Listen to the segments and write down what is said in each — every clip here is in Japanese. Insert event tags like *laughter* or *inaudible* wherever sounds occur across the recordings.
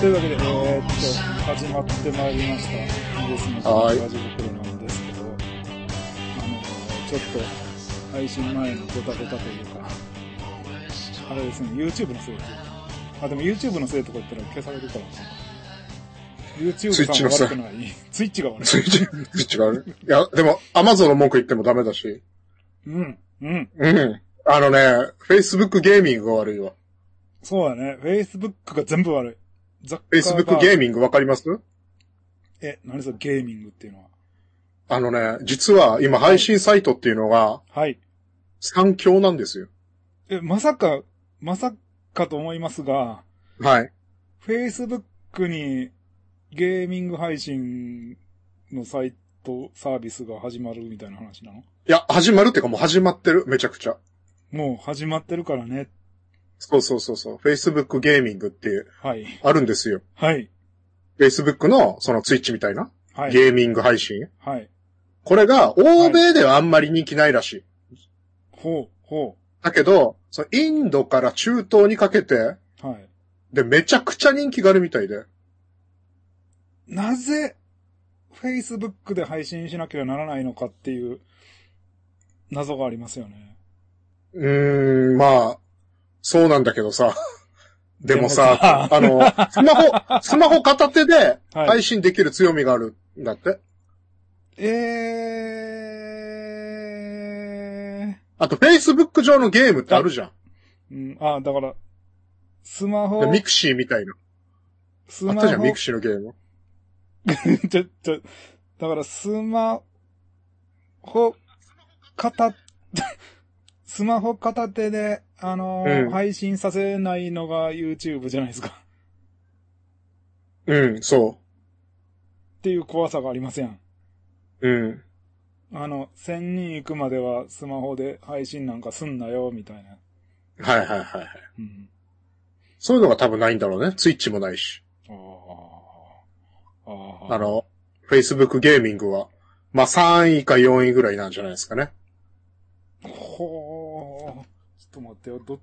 というわけで、えーっと、始まってまいりました。イギリスのはーいラジ袋なんですけど、あのー、ちょっと、配信前のごたごたというか、あれですね、YouTube のせいですよあ、でも YouTube のせいとか言ったら消されるからな。YouTube さんが悪くない。ツイッチが悪い。スイッチ、スイッチがある。いや、でも、アマゾンの文句言ってもダメだし。うん、うん。うん。あのね、Facebook ゲーミングが悪いわ。そうだね。Facebook が全部悪い。ザッカーバ Facebook ーゲーミングわかりますえ、何それゲーミングっていうのは。あのね、実は今配信サイトっていうのがはい。三強なんですよ。え、まさか、まさかと思いますが、はい。 Facebook にゲーミング配信のサイト、サービスが始まるみたいな話なのいや、始まるっていうかもう始まってる。めちゃくちゃ。もう始まってるからね。そうそうそうそう。Facebook ゲーミングっていう、はい。あるんですよ。はい。 Facebook のそのツイッチみたいな、はい。ゲーミング配信。はい。これが欧米ではあんまり人気ないらしい。ほう、ほだけど、そのインドから中東にかけて、う。はい。で、めちゃくちゃ人気があるみたいで。なぜ、Facebook で配信しなければならないのかっていう、謎がありますよね。うーん、まあ、そうなんだけどさ。でもさ、あの、スマホ、スマホ片手ではい配信できる強みがあるんだって。えあと、Facebook 上のゲームってあるじゃん。ー、うん、あ、だから、スマでホ、ミクシーみたいな。スあっマたじゃん、ホミクシーのゲーム。 *laughs* ちょ、ちょ、だからスマホ、片、 *laughs* スマホ片手で、あのーうん配信させないのが YouTube じゃないですか。っうん、そていう怖さがありません。う。うん。あの、1000人行くまではスマホで配信なんかすんなよ、みたいな。はいはいはいはい。うん。そういうのが多分ないんだろうね。ツイッチもないし。ああ。ああ。あの、Facebook ゲーミングは、まあ、3位か4位ぐらいなんじゃないですかね。ほー。ちょっと待ってよ、ど、ど、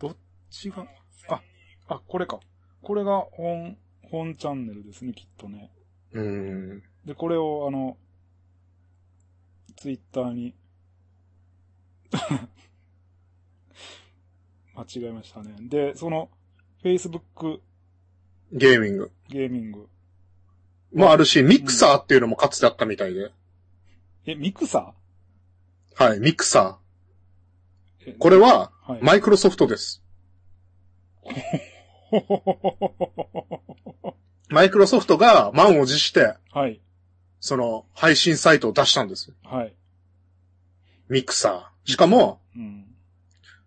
どっちが、あ、あ、これか。これが本、本チャンネルですね、きっとね。うーん。で、これを、あの、ツイッターに、 *laughs* 間違えましたね。で、その、Facebook ゲーミング。ゲーミング。もあるし、ミクサーっていうのもかつてあったみたいで。え、ミクサはい、ミクサえー。これは、ーはい。マイクロソフトです。マイクロソフトが満を持して、はい。その、配信サイトを出したんですよ。はい。ミクサー。しかも、うん。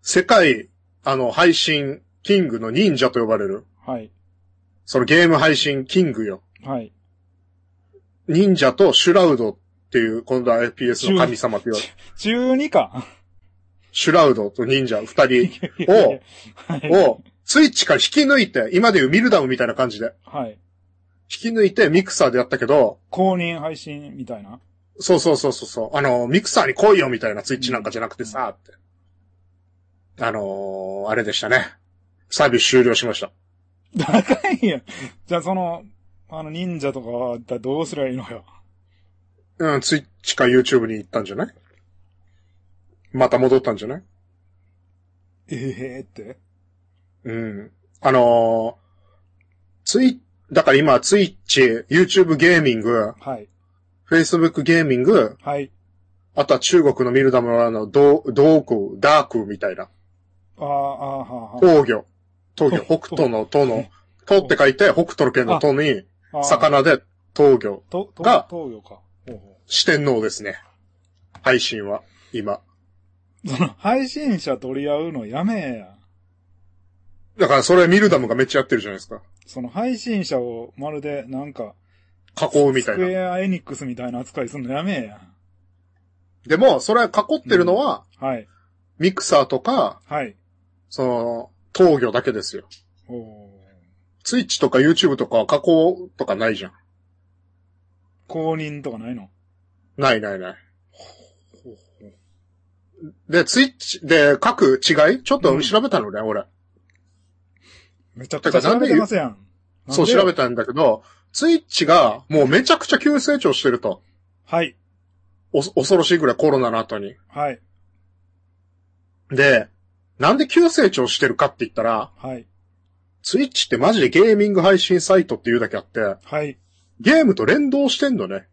世界、あの、配信、キングの忍者と呼ばれる。はい。そのゲーム配信キングよ。はい。忍者とシュラウドっていう、今度は FPS の神様って言われる。中二か。シュラウドと忍者二人おはい。を、スイッチから引き抜いて、今でいうミルダムみたいな感じで、はい。引き抜いてミクサーでやったけど、公認配信みたいな。そうそうそうそうそう。あの、ミクサーに来いよみたいなツイッチなんかじゃなくてさ、って。あのー、あれでしたね。サービス終了しました。高いやん。じゃあその、あの、忍者とかはだどうすりゃいいのよ。うん、ツイッチか YouTube に行ったんじゃないまた戻ったんじゃないええって。うん。あのー、ツイだから今、ツイッチ、YouTube ゲーミング、はい。 Facebook ゲーミング、はい。あとは中国のミルダムのあの、道道空、ダークみたいな、ああ、ああ、は東魚、東魚、北東の東の、東って書いて、北東の県の東に、あ、はあ。魚で東魚と、と、が東洋か。ほうほ四天王ですね。配信は、今。うその、配信者取り合うのやめえや。だからそれミルダムがめっちゃやってるじゃないですか。その、配信者をまるで、なんか、囲うみたスいクな。エアエニックスみたいな扱いするのやめえや。でも、それは囲ってるのは、はい。ミクサーとか、はい。その、東魚だけですよ。おお。ツイッチとか YouTube とかは囲うとかないじゃん。公認とかないのないないない。ほうほう。で、ツイッチで書く違いちょっと調べたのね、俺。めちゃくちゃ調べてますやん。そう調べて。たんだけど、ツイッチがもうめちゃくちゃ急成長してると。はい。お恐ろしいぐらいコロナの後に。はい。で、なんで急成長してるかって言ったら、はい。ツイッチってマジでゲーミング配信サイトっていうだけあって、はい。ゲームと連動してんのね。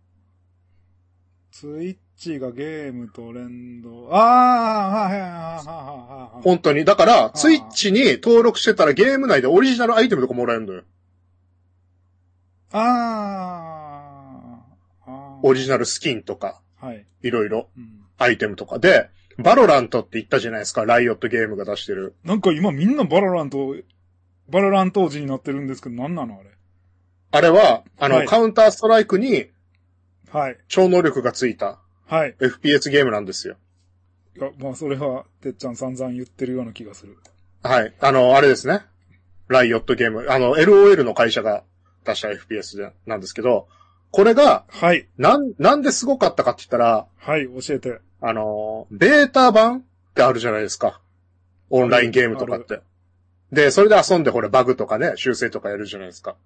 ツイッチがゲームと連動。ああー、はいはいはいはいはいはい。本当に。だから、ーツイッチに登録してたらゲーム内でオリジナルアイテムとかもらえるのよ。あーあー。オリジナルスキンとか、はい。いろいろ、うん。アイテムとかで、バロラントって言ったじゃないですか、ライオットゲームが出してる。なんか今みんなバロラント、バロラント王子になってるんですけど、なんなのあれ。あれは、あの、はいカウンターストライクにはい。超能力がついたはい。 FPS ゲームなんですよ。いやまあそれは、てっちゃん散々言ってるような気がする。はい。あの、あれですね。ライオットゲーム。あの、LOL の会社が出した FPS でなんですけど、これが、はい。なん、なんですごかったかって言ったら、はい、教えて。あの、ベータ版ってあるじゃないですか。オンラインゲームとかって。で、それで遊んでほら、バグとかね、修正とかやるじゃないですか。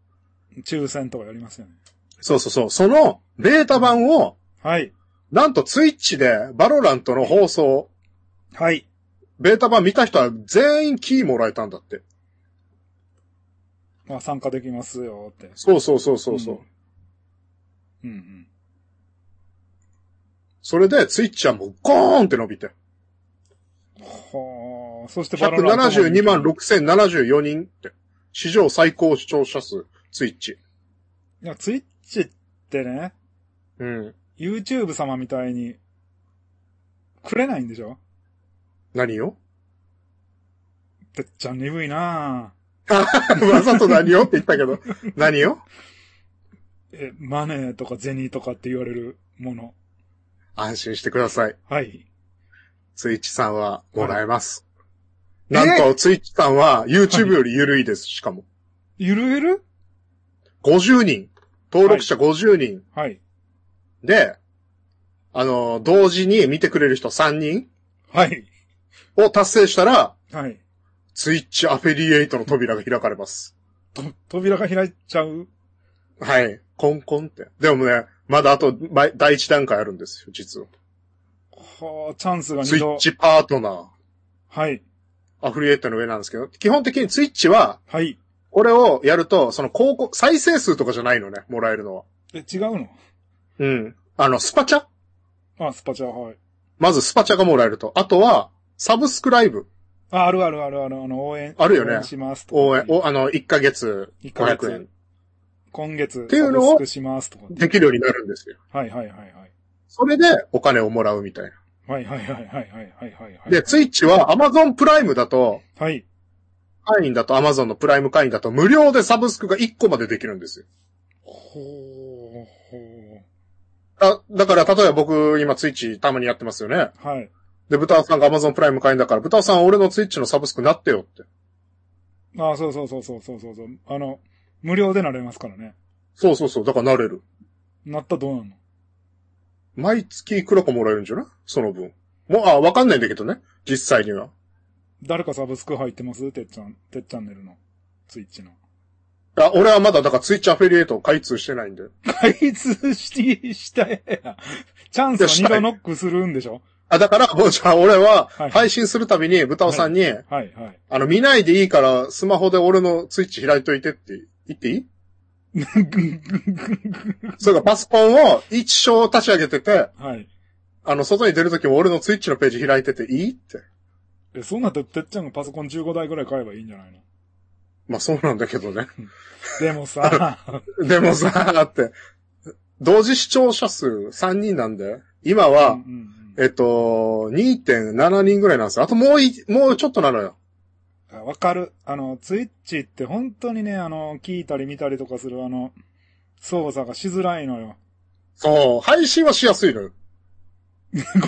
抽選とかやりますよね。そうそうそう。その、ベータ版を、はい。なんとツイッチで、バロラントの放送、はい。ベータ版見た人は全員キーもらえたんだって。まあ参加できますよって。そうそうそうそうそう。うんうんうん。それで、ツイッチはもうゴーンって伸びて。はあ。そしてバロラント王子172万6074人って。史上最高視聴者数、ツイッチ。いや、ツイッチってね、うん。 YouTube 様みたいに、くれないんでしょ何よてっちゃん鈍いなぁ。 *laughs* わざと何よって言ったけど。何よえ、マネーとかゼニーとかって言われるもの。安心してください。はい。ツイッチさんはもらえます。いなんえと、ツイッチさんは YouTube より緩いです。しかも。ゆるゆる50人。登録者50人。はい。で、あの、同時に見てくれる人3人はい。を達成したら、はい。ツイッチアフィリエイトの扉が開かれます。と、扉が開いちゃうはい。コンコンって。でもね、まだあと、ま第一段階あるんですよ、実は。はあ、チャンスがツ二イ度ッ。チパートナー。はい。アフィリエイトの上なんですけど、基本的にツイッチは、はい。これをやると、その広告、再生数とかじゃないのね、もらえるのは。え、違うのうん。あの、スパチャあ、スパチャ、はい。まずスパチャがもらえると。あとは、サブスクライブ。あ、あるあるあるある、あの、応援。あるよね応援しますとか。応援、お、あの、1ヶ月一ヶ月500円今月、っていうのをしますとか。できるようになるんですよ。はいはいはいはい。それでお金をもらうみたいはいはいはいはいはいはいはいはな。い。で、ツイッチは Amazon プライムだと、はい。会員だと Amazon のプライム会員だと無料でサブスクが1個までできるんですよ。ほう、ほだだから、例えば僕、今ツイッチたまにやってますよね。う。はい。で、ブタさんが Amazon プライム会員だから、ブタさん俺のツイッチのサブスクなってよって。あ、そうそうそうそうそうそうそう。あの、無料でなれますからね。そうそうそう、だからなれる。なったらどうなんの毎月いくらかもらえるんじゃないその分。もう、あ、わかんないんだけどね。実際には。誰かサブスク入ってますてっちゃん、てっチャンネルの。ツイッチの。 *laughs* あ、俺はまだだからツイッチアフィリエイトを開通してないんで。開通して、したいや。チャンスは二度ノックするんでしょあ、だから、 *laughs* もうじゃあ俺ははい配信するたびにブタオさんに、はいはい。 *laughs* あの、見ないでいいからスマホで俺のツイッチ開いといてって言ってい *laughs* いそれがパソコンを一生立ち上げてて、はい。あの、外に出るときも俺のツイッチのページ開いてていいって。え、そんなって、てっちゃんがパソコン15台ぐらい買えばいいんじゃ *laughs* ないのまあそうなんだけどね。 *laughs* でもさ、でもさ、だって、同時視聴者数3人なんで、今うん、はうんえっと、2.7人ぐらいなんですよ。あともうい、もうちょっとなのよ。うんあわかる。あの、ツイッチって本当にね、あの、聞いたり見たりとかするあの、操作がしづらいのよ。 *laughs* そう、配信はしやすいのよ。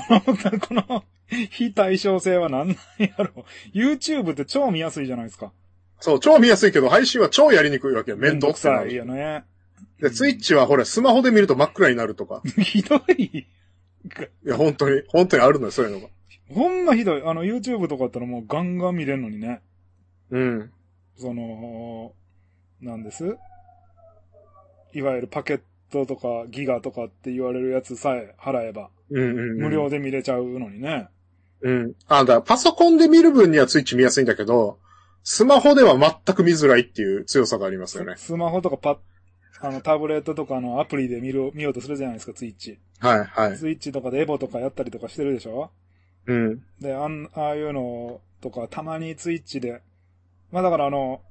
この、この、非対称性は何なんやろ。YouTube って超見やすいじゃないですか。そう、超見やすいけど、配信は超やりにくいわけよ。面倒めんどくくささいいよね。で、ツイッチはほら、スマホで見ると真っ暗になるとか。ひどい。いや、本当に、本当にあるのよ、そういうのが。ほんまひどい。あの、YouTube とかだったらもうガンガン見れるのにね。うん。その、なんです。いわゆるパケットとかギガとかって言われるやつさえ払えば、うんうん、うん。無料で見れちゃうのにね。うん。あ、だからパソコンで見る分にはツイッチ見やすいんだけど、スマホでは全く見づらいっていう強さがありますよね。スマホとかパッ、あの、タブレットとかのアプリで見る、見ようとするじゃないですか、ツイッチ。はい、はい。ツイッチとかでエボとかやったりとかしてるでしょうん。で、あん、ああいうのとか、たまにツイッチで、まあだからあの、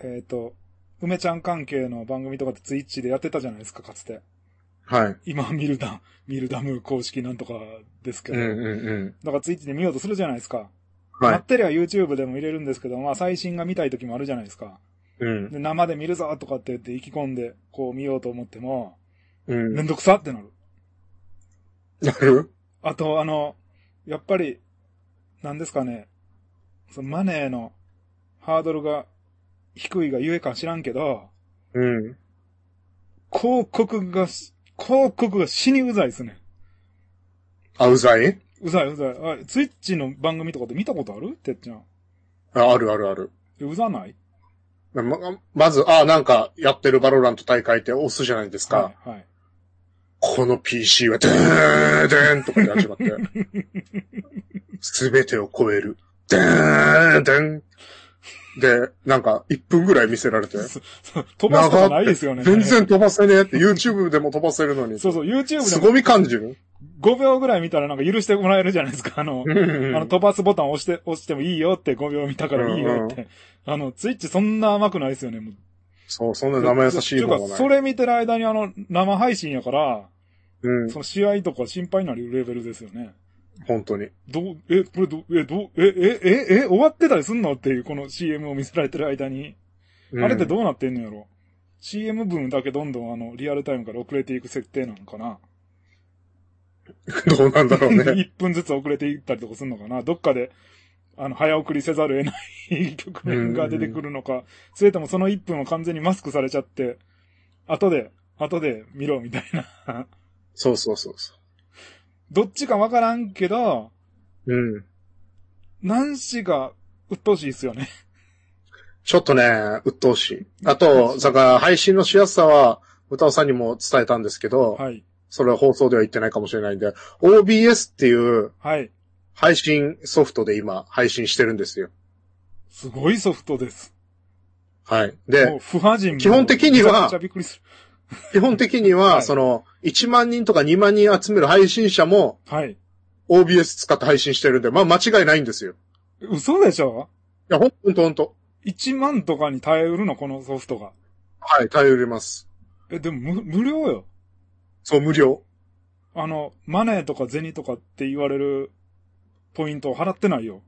えっ、と、梅ちゃん関係の番組とかってツイッチでやってたじゃないですか、かつて。はい。今、ミルダ、ミルダム公式なんとかですけうんど。うんだからツイッチで見ようとするじゃないですか。うん。はやいっ。てりゃ YouTube でも入れるんですけど、まあ最新が見たい時もあるじゃないですか。うん。で、生で見るぞとかって言って意気込んで、こう見ようと思っても、うん。めんどくさってなる。なるあと、あの、やっぱり、なんですかね、そのマネーのハードルが低いがゆえか知らんけど、うん。広告がし、広告が死にうざいですね。あ、うざいうざいうざい。あ、ツイッチの番組とかで見たことあるてっちゃん。ああるあるある。えうざないま、ままず、あ、なんか、やってるバロラント大会って押すじゃないですか。はい、はい。この PC は、でーん、でーんとかで始まって。すべてを超える。でーん、でん。で、なんか、1分ぐらい見せられて。そそ飛ばすことないですよね。全。然飛ばせねえって YouTube でも飛ばせるのに。そうそう、YouTube でも凄み感じる。 5秒ぐらい見たらなんか許してもらえるじゃないですか。あの、うんあの、飛ばすボタン押して、押してもいいよって5秒見たからいいよって。あの、ツイッチそんな甘くないですよね、もう。そう、そんな生優しいともいのうがか、なそい。れ見てる間にあの、生配信やから、うん、その試合とか心配になるレベルですよね。本当に。どう、え、これどう、え、どう、え、え、え、え、終わってたりすんのっていう、この CM を見せられてる間に。うんあれってどうなってんのやろ ?CM 分だけどんどんあの、リアルタイムから遅れていく設定なのかなどうなんだろ *laughs* うね。 ?1 分ずつ遅れていったりとかするのかなどっかで、あの、早送りせざるを得ない局面が出てくるのか、それともその1分は完全にマスクされちゃって、後で、後で見ろみたいな。そうそうそうそどっちかわからんけど、う。うん。何しが鬱陶しいっすよね。ちょっとね、鬱陶しい。あと、だから配信のしやすさは、歌尾さんにも伝えたんですけど、はい。それは放送では言ってないかもしれないんで、OBS っていうはい。配信ソフトで今配信してるんですよ。すごいソフトです。はい。もうで、不破人も基本的にはめちゃくちゃびっくりす基本的にはは、いその、1万人とか2万人集める配信者も、る。はい。 OBS 使って配信してるんで、まあ間違いないんですよ。嘘でしょいや、ほんほんとほんと。 1万とかに耐えうるの、このソフトが。はい、頼れます。え、でも無無料よ。そう、無料。あの、マネーとか銭とかって言われるポイントを払ってないよ。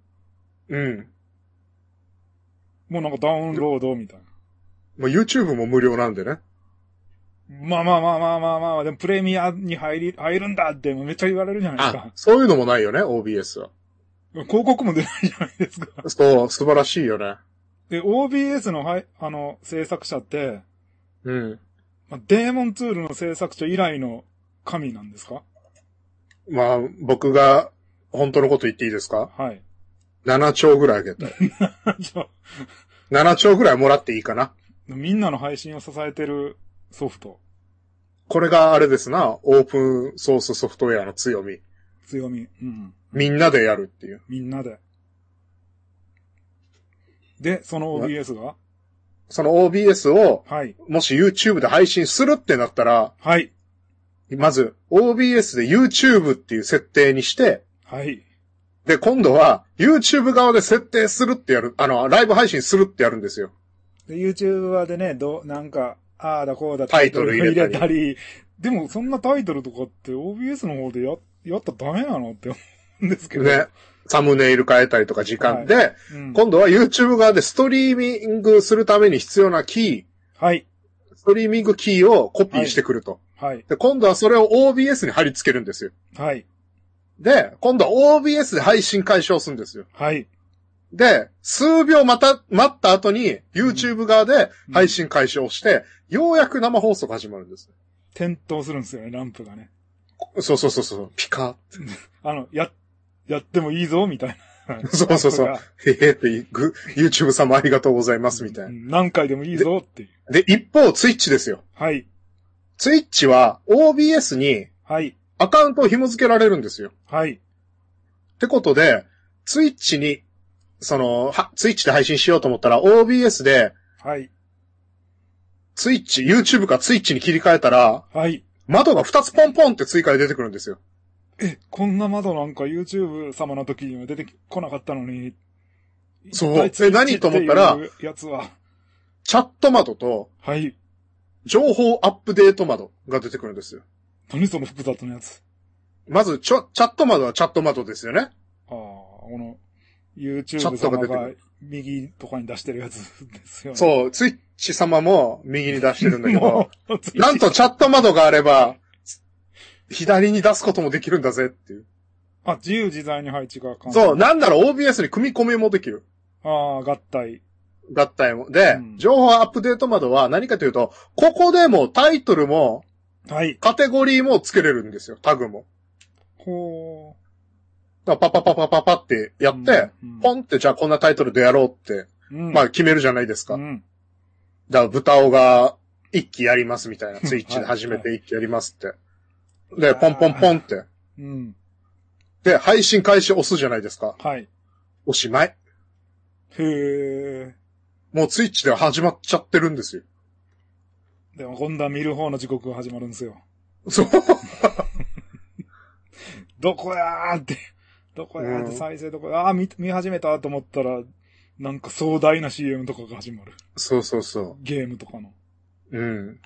うん。もうなんかダウンロードみたいな。まあ YouTube も無料なんでね。まあまあまあまあまあまあ、でもプレミアに入り、入るんだってめっちゃ言われるじゃないですあか、。そういうのもないよね、OBS は。広告も出ないじゃないですか。そう、素晴らしいよね。で、OBS の、はい、あの、制作者って、うん。まあデーモンツールの制作者以来の神なんですかまあ、僕が、本当のこと言っていいですかはい。 *laughs* ?7 兆ぐらいあげたい。じゃあ7兆ぐらいもらっていいかな。みんなの配信を支えてるソフト、これがあれですな、オープンソースソフトウェアの強み。強み。うん。みんなでやるっていう。みんなで。で、その OBS がその OBS を、はい。もし YouTube で配信するってなったら、はい。まず、OBS で YouTube っていう設定にして、はい。で、今度は YouTube 側で設定するってやる、あの、ライブ配信するってやるんですよ。で、YouTuber でね、どう、なんか、ああだこうだタイトル入れたりタイトル入れたりでもそんなタイトルとかって OBS の方でや、やったらダメなのって思うんですけど。ね。サムネイル変えたりとか時間で、うん。今度は YouTube 側でストリーミングするために必要なキはい。ー、ストリーミングキーをコピーしてくると。はい。で、今度はそれを OBS に貼り付けるんですよ。はい。で、今度は OBS で配信解消するんですよ。はい。で、数秒また、待った後に YouTube 側で配信解消して、ようやく生放送が始まるんです。点灯するんですよね、ランプがね。そうそうそうそう、ピカ。あの、や、やってもいいぞ、みたいはいそうそうそう。へへって、ぐ、YouTube 様ありがとうございます、みたいな。何回でもいいぞっていう。で、一方、ツイッチですよ。はい。ツイッチは OBS にはい。アカウントを紐付けられるんですよ。はい。ってことで、ツイッチに、その、は、ツイッチで配信しようと思ったら OBS で、はい。ツイッチ、YouTube かツイッチに切り替えたら、はい。窓が2つポンポンって追加で出てくるんですよ。え、こんな窓なんか YouTube 様の時には出てこなかったのに。そう一体ツイッチえ何と思ったらっていうやつは。チャット窓と、はい。情報アップデート窓が出てくるんですよ。何その複雑なやつ。まず、ちょ、チャット窓はチャット窓ですよね。ああ、この、チャ YouTube ット様が出てくがる右とかに出してるやつですよね。う。そう、ツイッチ様も右に出してるんだけ *laughs* ど、もう、ツイッチなんとチャット窓があれば、左に出すこともできるんだぜっていう。あ、自由自在に配置が可能。そう、。なんなら OBS に組み込みもできる。ああ、合体。合体も。で、うん情報アップデート窓は何かというと、ここでもタイトルも、はい。カテゴリーもつけれるんですよ、タグも。こだからパパパパパパってやっう。て、うん、うんポンってじゃあこんなタイトルでやろうって、うん、まあ決めるじゃないですか。うん。だから、豚尾が一期やりますみたいな、ツイッチで初めて一期やりますって。で、ポンポンポンって。うん。で、配信開始押すじゃないですか。はい。おしまい。へえ。もうツイッチでは始まっちゃってるんですよ。でも今度は見る方の時刻が始まるんですよ。そう。どこやーって、どこやーっうてん再生どこ、ああ、見、見始めたと思ったら、なんか壮大な CM とかが始まる。そうそうそゲームとかの。う。うん。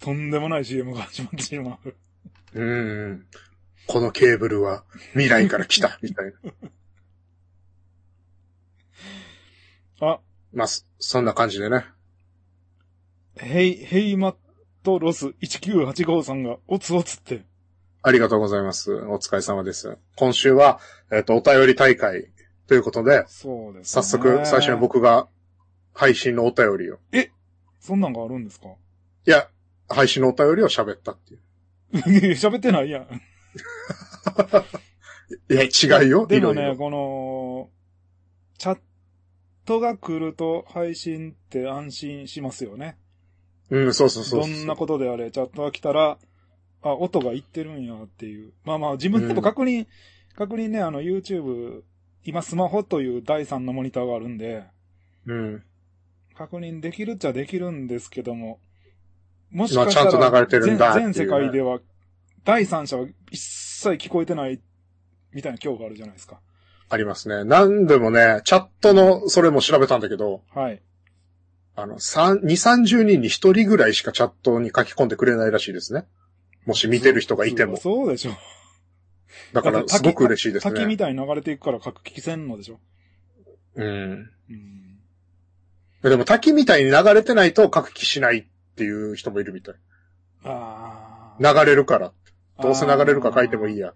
とんでもない CM が始まってしまう。うん。このケーブルは未来から来た、みたいな。あ、まあ、そそんな感じでね。ヘイ、ヘイマットロス1985さんが、おつおつって。ありがとうございます。お疲れ様です。今週は、えっ、と、お便り大会ということで、そうです、早速、最初に。僕が配信のお便りを。そんなんがあるんですか *laughs* いや、配信のお便りを喋ったっていう。喋ってないやん。いや、違うよ。でもいろね、いろこの、チャットが来ると配信って安心しますよね。うん、そうそうそうそう。どんなことであれ、チャットが来たら、あ、音がいってるんやっていう。まあまあ、自分でも確認、確認ね、あの、YouTube、今スマホという第三のモニターがあるんで、うん。確認できるっちゃできるんですけども、もしかしまあたちゃら、んと流れてるんだっていう全ね全世界では、第三者は一切聞こえてない、みたいな今日があるじゃないですか。ありますね。何でもね、チャットの、それも調べたんだけど、はい。あの、三、二、三十人に一人ぐらいしかチャットに書き込んでくれないらしいですね。もし見てる人がいても。そうでしょ。だから、すごく嬉しいです滝みね。たいに流れていくから各聞きせんのでしょ。うん。うん。でも、滝みたいに流れてないと書く気しないっていう人もいるみたい。ああ。流れるから。どうせ流れるか書いてもいいや。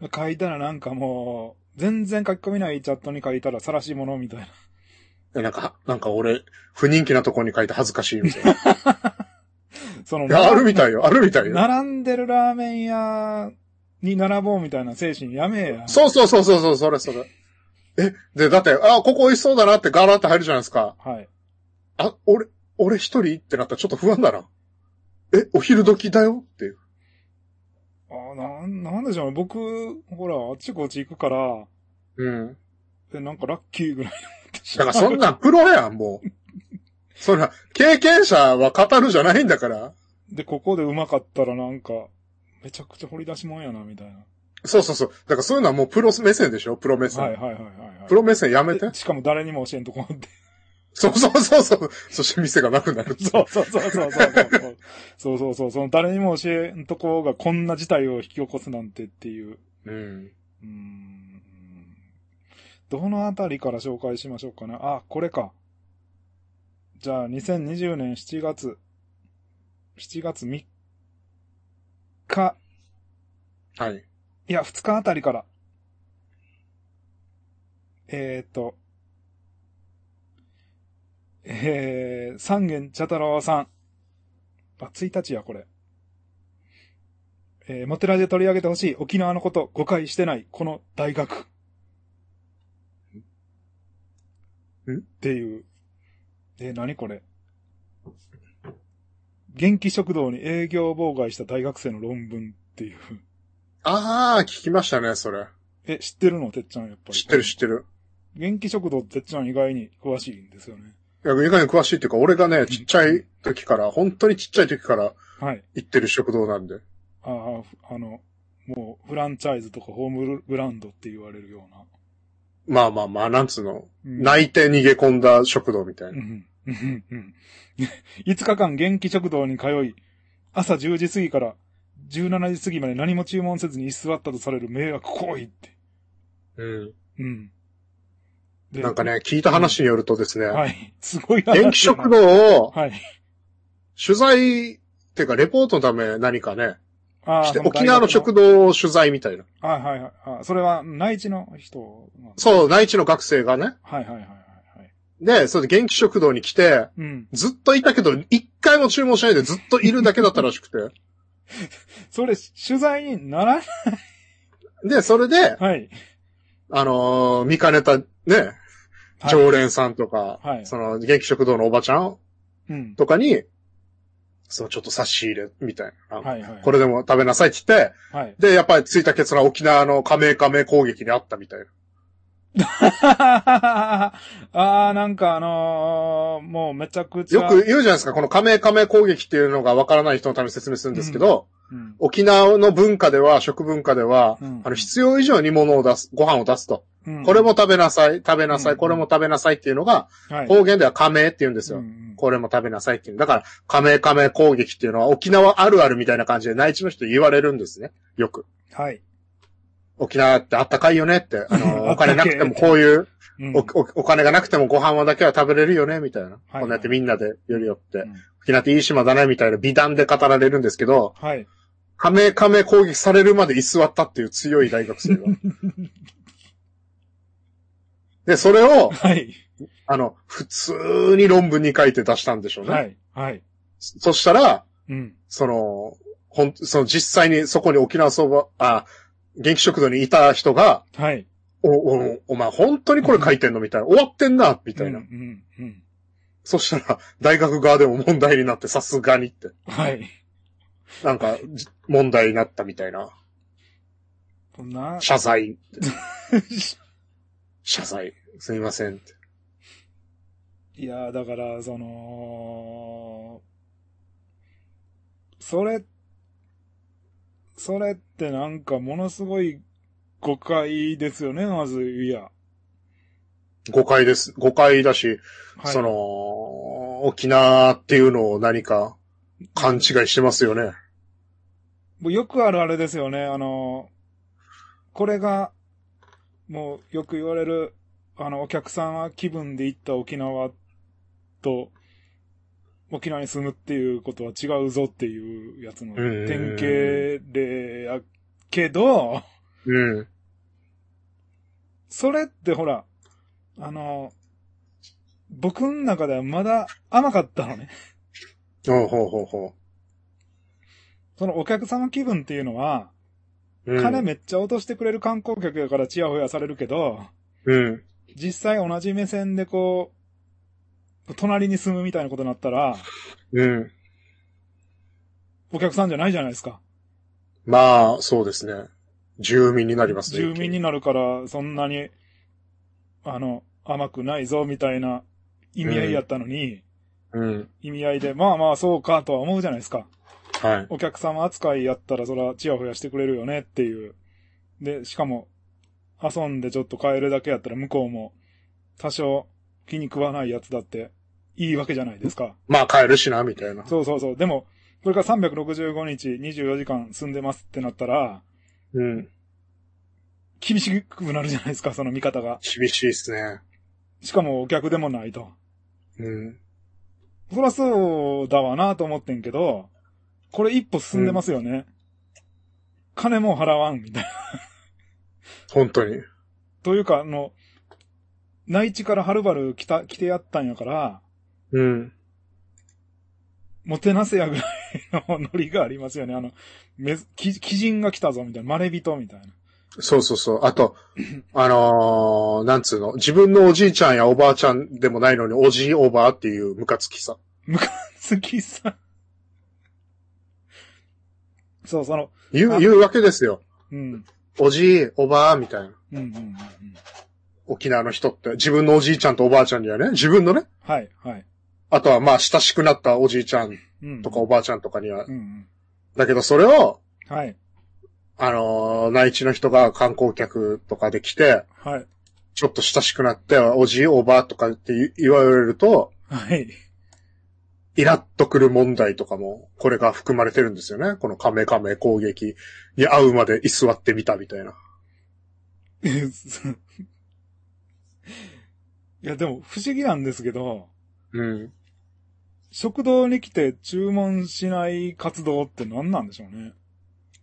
や。書いたらなんかもう、全然書き込みないチャットに書いたら晒し者みたい *laughs* な。なんか、なんか俺、不人気なとこに書いて恥ずかしいみたいな。いその、やあるみたいよ、あるみたいよ。並んでるラーメン屋に並ぼうみたいな精神やめえや。そうそうそうそうそう、それそれ。え、で、だって、あ、ここ美味しそうだなってガラって入るじゃないですか。はい。あ、俺、俺一人ってなったらちょっと不安だな。え、お昼時だよっていう。あなん、なんでしょうね。僕、ほら、あっちこっち行くから、うん。で、なんかラッキーぐらい。だからそんなんプロやん、もう。そんな、経験者は語るじゃないんだから。 *laughs* で、ここでうまかったらなんか、めちゃくちゃ掘り出しもんやな、みたいな。そうそうそう。だからそういうのはもうプロ目線でしょプロ目線。はいはいはいはい、はい。プロ目線やめてで。しかも誰にも教えんとこって。そうそうそうそう。そして店がなくなる。そうそうそうそうそうそう。そうそうそう。その誰にも教えんとこがこんな事態を引き起こすなんてっていう。うん。うーん。どのあたりから紹介しましょうかね。あ、これか。じゃあ、2020年7月、7月3日、はい。いや、2日あたりから。えー、っと、えー、三軒茶太郎さん。あ、1日や、これ。えー、モテラジで取り上げてほしい沖縄のこと誤解してない、この大学。っていう。え、何これ元気食堂に営業妨害した大学生の論文っていう。あー、聞きましたね、それ。え、知ってるのてっちゃん、やっぱり。知ってる知ってる。元気食堂っててっちゃん意外に詳しいんですよね。いや、意外に詳しいっていうか、俺がね、ちっちゃい時から、本当にちっちゃい時からはい。行ってる食堂なんで。ああ、ふあの、もう、フランチャイズとかホームブランドって言われるような。まあまあまあ、なんつうの。うん泣いて逃げ込んだ食堂みたいうな。んうんうん。5日間元気食堂に通い、朝10時過ぎから17時過ぎまで何も注文せずに居座ったとされる迷惑行為って。うん。うん。でなんか。ね、聞いた話によるとですね、はい。すごい話元気食堂をはい。取材、っていうか、レポートのため何かね、あして、その沖縄の食堂を取材みたいな。あはいはい。あそれは内地の人なんですそう、内地の学生がね。はいはいはいはいはい。で、それで元気食堂に来て、うん。ずっといたけど、一回も注文しないでずっといるだけだったらしくて。 *laughs* それ、取材にならない。で、それで、はい。あのー見かねた、ね、はい常連さんとか、はいその、元気食堂のおばちゃんうん。とかに、そのちょっと差し入れ、みたいな。はいはい。これでも食べなさいって言って、はい。 *laughs* で、やっぱりついた結論は沖縄の加盟加盟攻撃にあったみたいな。ああ、なんかあのー、もうめちゃくちゃ。よく言うじゃないですか、この加盟加盟攻撃っていうのがわからない人のために説明するんですけど、うん。沖縄の文化では、食文化では、うんあの、必要以上に物を出す、ご飯を出すと。うんこれも、食べなさい、食べなさうい、んこれも食べなさいっていうのが、はい。方言では加盟って言うんですうよんう。んこれも食べなさいっていう。だから、加盟加盟攻撃っていうのは沖縄あるあるみたいな感じで内地の人言われるんですね。よく。はい。沖縄ってあったかいよねって。あの、あおったけ金なくてもこういう、うんおおお金がなくてもご飯はだけは食べれるよねみたいな。はいこんなやってみんなで寄り寄ってうん。沖縄っていい島だねみたいな美談で語られるんですけど、はい。加盟加盟攻撃されるまで居座ったっていう強い大学 *laughs* 生が。で、それを、はい。あの、普通に論文に書いて出したんでしょうね。はい。はい。そしたら、うん。その、ほん、その実際にそこに沖縄そば、あ、元気食堂にいた人が、はい。お、お、お前本当にこれ書いてんのみたい *laughs* な。終わってんなみたいな。うんうんうん。そしたら、大学側でも問題になって、さすがにって。はい。なんか、じ問題になったみたいな。な、謝罪 *laughs* って。謝罪。すみませんって。いやー、だから、その、それ、それってなんかものすごい誤解ですよね、まず、いや。誤解です。誤解だし、はい。その、沖縄っていうのを何か勘違いしてますよね。もうよくあるあれですよね。あの、これが、もうよく言われる、あの、お客さんは気分で行った沖縄と、沖縄に住むっていうことは違うぞっていうやつのうん典型例やけど、うん。それってほら、あの、僕の中ではまだ甘かったのね。ほうほうほうほそのお客様気分っていうのは、う。うん、金めっちゃ落としてくれる観光客やからチヤホヤされるけど、うん。実際同じ目線でこう、隣に住むみたいなことになったら、うん。お客さんじゃないじゃないですか。まあ、そうですね。住民になりますね。住民になるから、そんなに、あの、甘くないぞ、みたいな意味合いやったのに、うん。意味合いで、まあまあそうかとは思うじゃないですか。はい。お客様扱いやったらそら、チヤホヤしてくれるよねっていう。で、しかも、遊んでちょっと帰るだけやったら向こうも、多少気に食わないやつだって、いいわけじゃないですか。まあ、帰るしな、みたいな。そうそうそう。でも、これから365日24時間住んでますってなったら、うん。厳しくなるじゃないですか、その見方が。厳しいですね。しかもお客でもないと。うん。そらそうだわなと思ってんけど、これ一歩進んでますよね。金も払わん、みたいな。本当に。というか、あの、内地からはるばる来た、来てやったんやから、うん。もてなせやぐらいのノリがありますよね。あの、めず、き鬼人が来たぞ、みたいな。稀人、みたいな。そうそうそう。あと、あのー、なんつうの、自分のおじいちゃんやおばあちゃんでもないのに、おじいおばあっていうムカつきさ。好きさ。そう、その、言あう、言うわけですよ。うん。おじい、おばあ、みたいな。うんうんうんうん。沖縄の人って、自分のおじいちゃんとおばあちゃんにはね、自分のね、はい、はい。あとはまあ、親しくなったおじいちゃんうん。とかおばあちゃんとかにはう、んうん。だけどそれを、はい、あのー内地の人が観光客とかで来て、はい、ちょっと親しくなって、おじい、おばあとかって言言われると、はい。イラッとくる問題とかも、これが含まれてるんですよね。このカメカメ攻撃に合うまで居座ってみたみたいな。えそういや、でも不思議なんですけど、うん。食堂に来て注文しない活動って何なんでしょうね。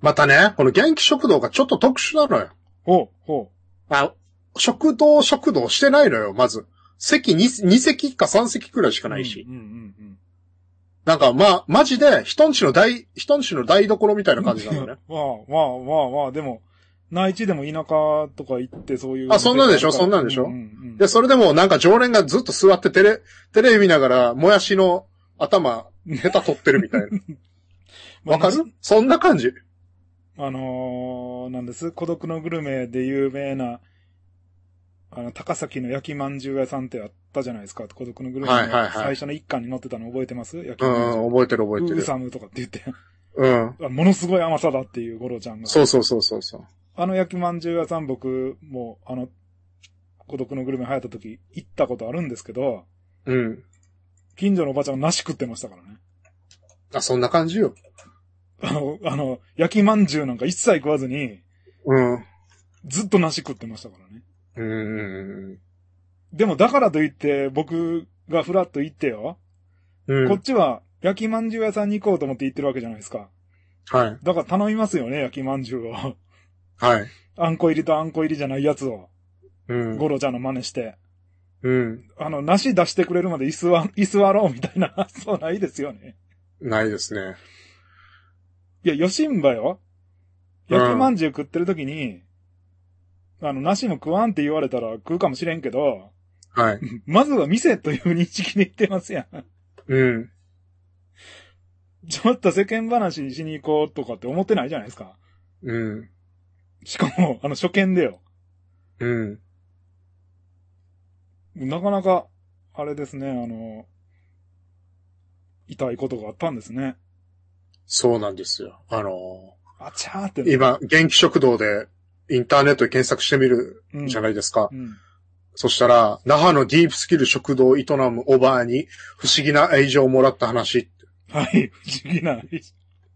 またね、この元気食堂がちょっと特殊なのよ。ほう、ほあ、食堂食堂してないのよ、まず。席 2, 2席か3席くらいしう。かないし。うんうんうんなんかまあ、マジで、人んちの台、人んちの台所みたいなうん。*laughs* 感じなのね。まあまあまあまあ、でも、内地でも田舎とか行ってそういう。あそんなんでしょそんなんでしょで、それでもなんか常連がずっと座ってテレ、テレビ見ながら、もやしの頭、ヘタ取ってるみ *laughs* たいな。わかるそんな感じ。あのー、なんです。孤独のグルメで有名な、あの、高崎の焼きまんじゅう屋さんってあったじゃないですか。孤独のグルメはいはいはのい最初の一巻に載ってたの覚えてます焼きうまんじゅん、覚えてる覚えう。てウーる。サムとかって言 *laughs* って、うん。あものすごい甘さだっていう五郎ちゃんが。そうそうそうそうそう。あの焼きまんじゅう屋さん僕も、あの、孤独のグルメ流行った時行ったことあるんですけど、うん。近所のおばちゃんが梨食ってましたからね。あ、そんな感じよ。あの、あの、焼きまんじゅうなんか一切食わずに、うん。うずっと梨食ってましたからね。ん。でもだからといって、僕がフラッと行ってよ。うん。こっちは焼きまんじゅう屋さんに行こうと思って行ってるわけじゃないですか。はい。だから頼みますよね、焼きまんじゅうを。 *laughs* はい。あんこ入りとあんこ入りじゃないやつを、うん。ゴロちゃんの真似して。うん。あの、梨出してくれるまで居座、 *laughs* 居座ろうみたいな *laughs* 発想ないですよね。ないですね。いや、よしんばよ。うん焼きまんじゅう食ってる時に、あの、梨も食わんって言われたら食うかもしれんけど、 *laughs* はい。まずは店という認識で言ってますやん。うん。 *laughs* ちょっと世間話しに行こうとかって思ってないじゃないですか。うん。しかも、あの、初見でよ。うん。なかなか、あれですね、あの、痛いことがあったんですね。そうなんですよ。あのあちゃーってー、ね。今、元気食堂でインターネットで検索してみるうんじゃないですか。うん。そしたら、那覇のディープスキル食堂を営むおばあに不思議な愛情をもらった話、はい、不思議な。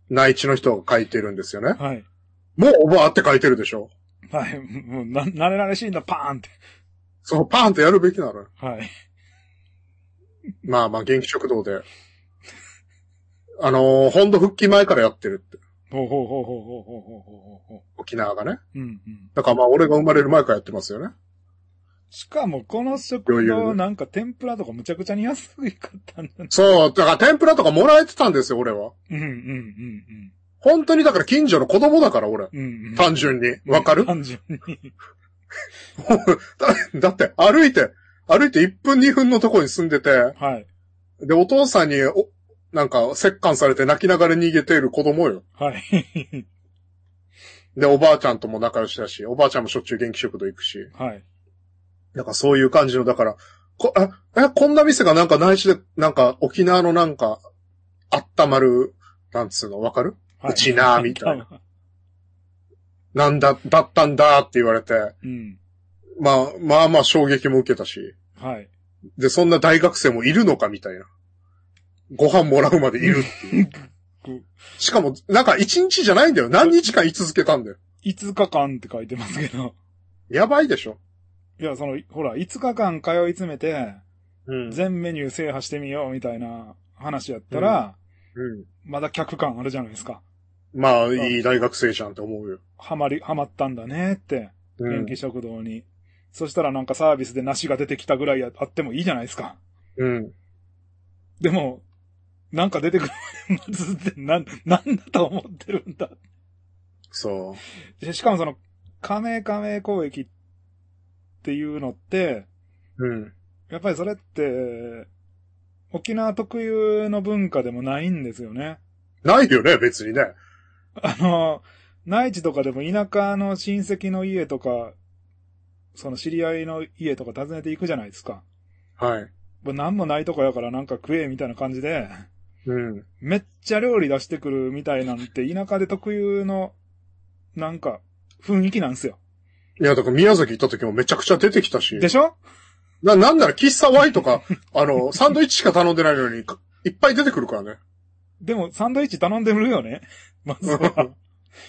内地の人が書いてるんですよね。はい。もうおばあって書いてるでしょはい、もう、な、慣れ慣れしいんだ、パーンって。そう、パーンとやるべきなのよ。はい。まあまあ、元気食堂で。あのー、本土復帰前からやってるって、ほうほうほうほうほうほうほうほうほうほ沖縄がね。う。うんうん。だからまあ、俺が生まれる前からやってますよね。しかも、この食余裕堂でなんか天ぷらとかむちゃくちゃに安くかったんだ。そう、だから天ぷらとかもらえてたんですよ、俺は。うんうんうん本当にだから近所の子供だから、俺。うん。うんうん。単純に。わかる *laughs* 単純に。だって、歩いて、歩いて1分2分のとこに住んでて、はい。で、お父さんに、お、なんか、折檻されて泣きながら逃げている子供よ。はい。で、おばあちゃんとも仲良しだし、おばあちゃんもしょっちゅう元気食堂行くし。はい。なんかそういう感じの、だから、こ、あ、え、こんな店がなんか内地で、なんか沖縄のなんか、温まる、なんつうの、わかるはうちなーみたいな。なんだ、だったんだーって言われて、うん。まあ、まあまあ衝撃も受けたし、はい。で、そんな大学生もいるのかみたいな。ご飯もらうまでいるっていうこしかも、なんか一日じゃないんだよ。何日間居続けたんだよ。 5日間って書いてますけど。 *laughs* やばいでしょ。いや、その、ほら、5日間通い詰めて、うん全メニュー制覇してみようみたいな話やったら、うん。まだ客感あるじゃないですか。まあ、いい大学生じゃんって思うよ。ハマり、ハマったんだねって、う元ん気。食堂に。そしたらなんかサービスで梨が出てきたぐらいやあってもいいじゃないですか。うん。でも、なんか出てくるまで待つって、なん、なんだと思ってるんだ。そでしかもその、亀亀交易っていうのって、うん。やっぱりそれって、沖縄特有の文化でもないんですよね。 *laughs* ないよね、別にね。あの、内地とかでも田舎の親戚の家とか、その知り合いの家とか訪ねていくじゃないですか。はい。もう何もないとこやからなんか食えみたいな感じで、うん。めっちゃ料理出してくるみたいなんて田舎で特有の、なんか、雰囲気なんですよ。いや、だから宮崎行った時もめちゃくちゃ出てきたし。でしょな、なんなら喫茶ワイとか、 *laughs* あの、サンドイッチしか頼んでないのに、かいっぱい出てくるから *laughs* ね。でもサンドイッチ頼んでるよね。 *laughs* まずは。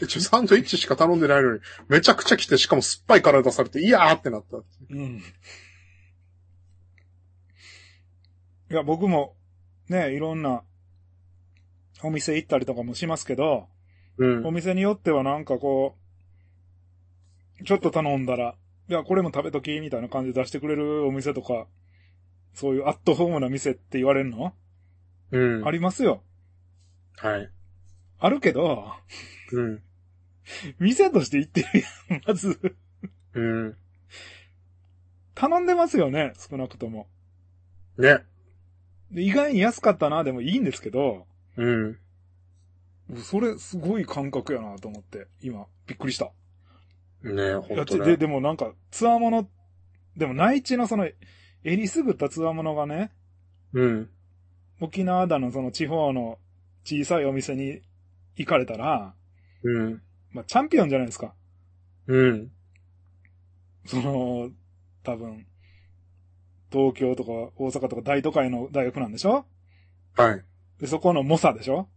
一応サンドイッチしか頼んでないのに、めちゃくちゃ来て、しかも酸っぱいから出されて、いやーってなった。うん。いや、僕も、ね、いろんな、お店行ったりとかもしますけど、うんお。店によってはなんかこう、ちょっと頼んだら、いや、これも食べとき、みたいな感じで出してくれるお店とか、そういうアットホームな店って言われるの、うん。ありますよ。はい。あるけど、うん。店として行ってるやん、まず。うん。頼んでますよね、少なくとも。ね。で意外に安かったな、でもいいんですけど、うん。それすごい感覚やなと思って、今、びっくりした。ねいや本で当で、ね。でもなんか、ツアーもの、でも内地のその、えりすぐったツアーものがね、うん。沖縄だのその地方の小さいお店に行かれたら、うん。まあ、チャンピオンじゃないですか。うん。その、多分、東京とか大阪とか大都会の大学なんでしょはい。で、そこの猛者でしょ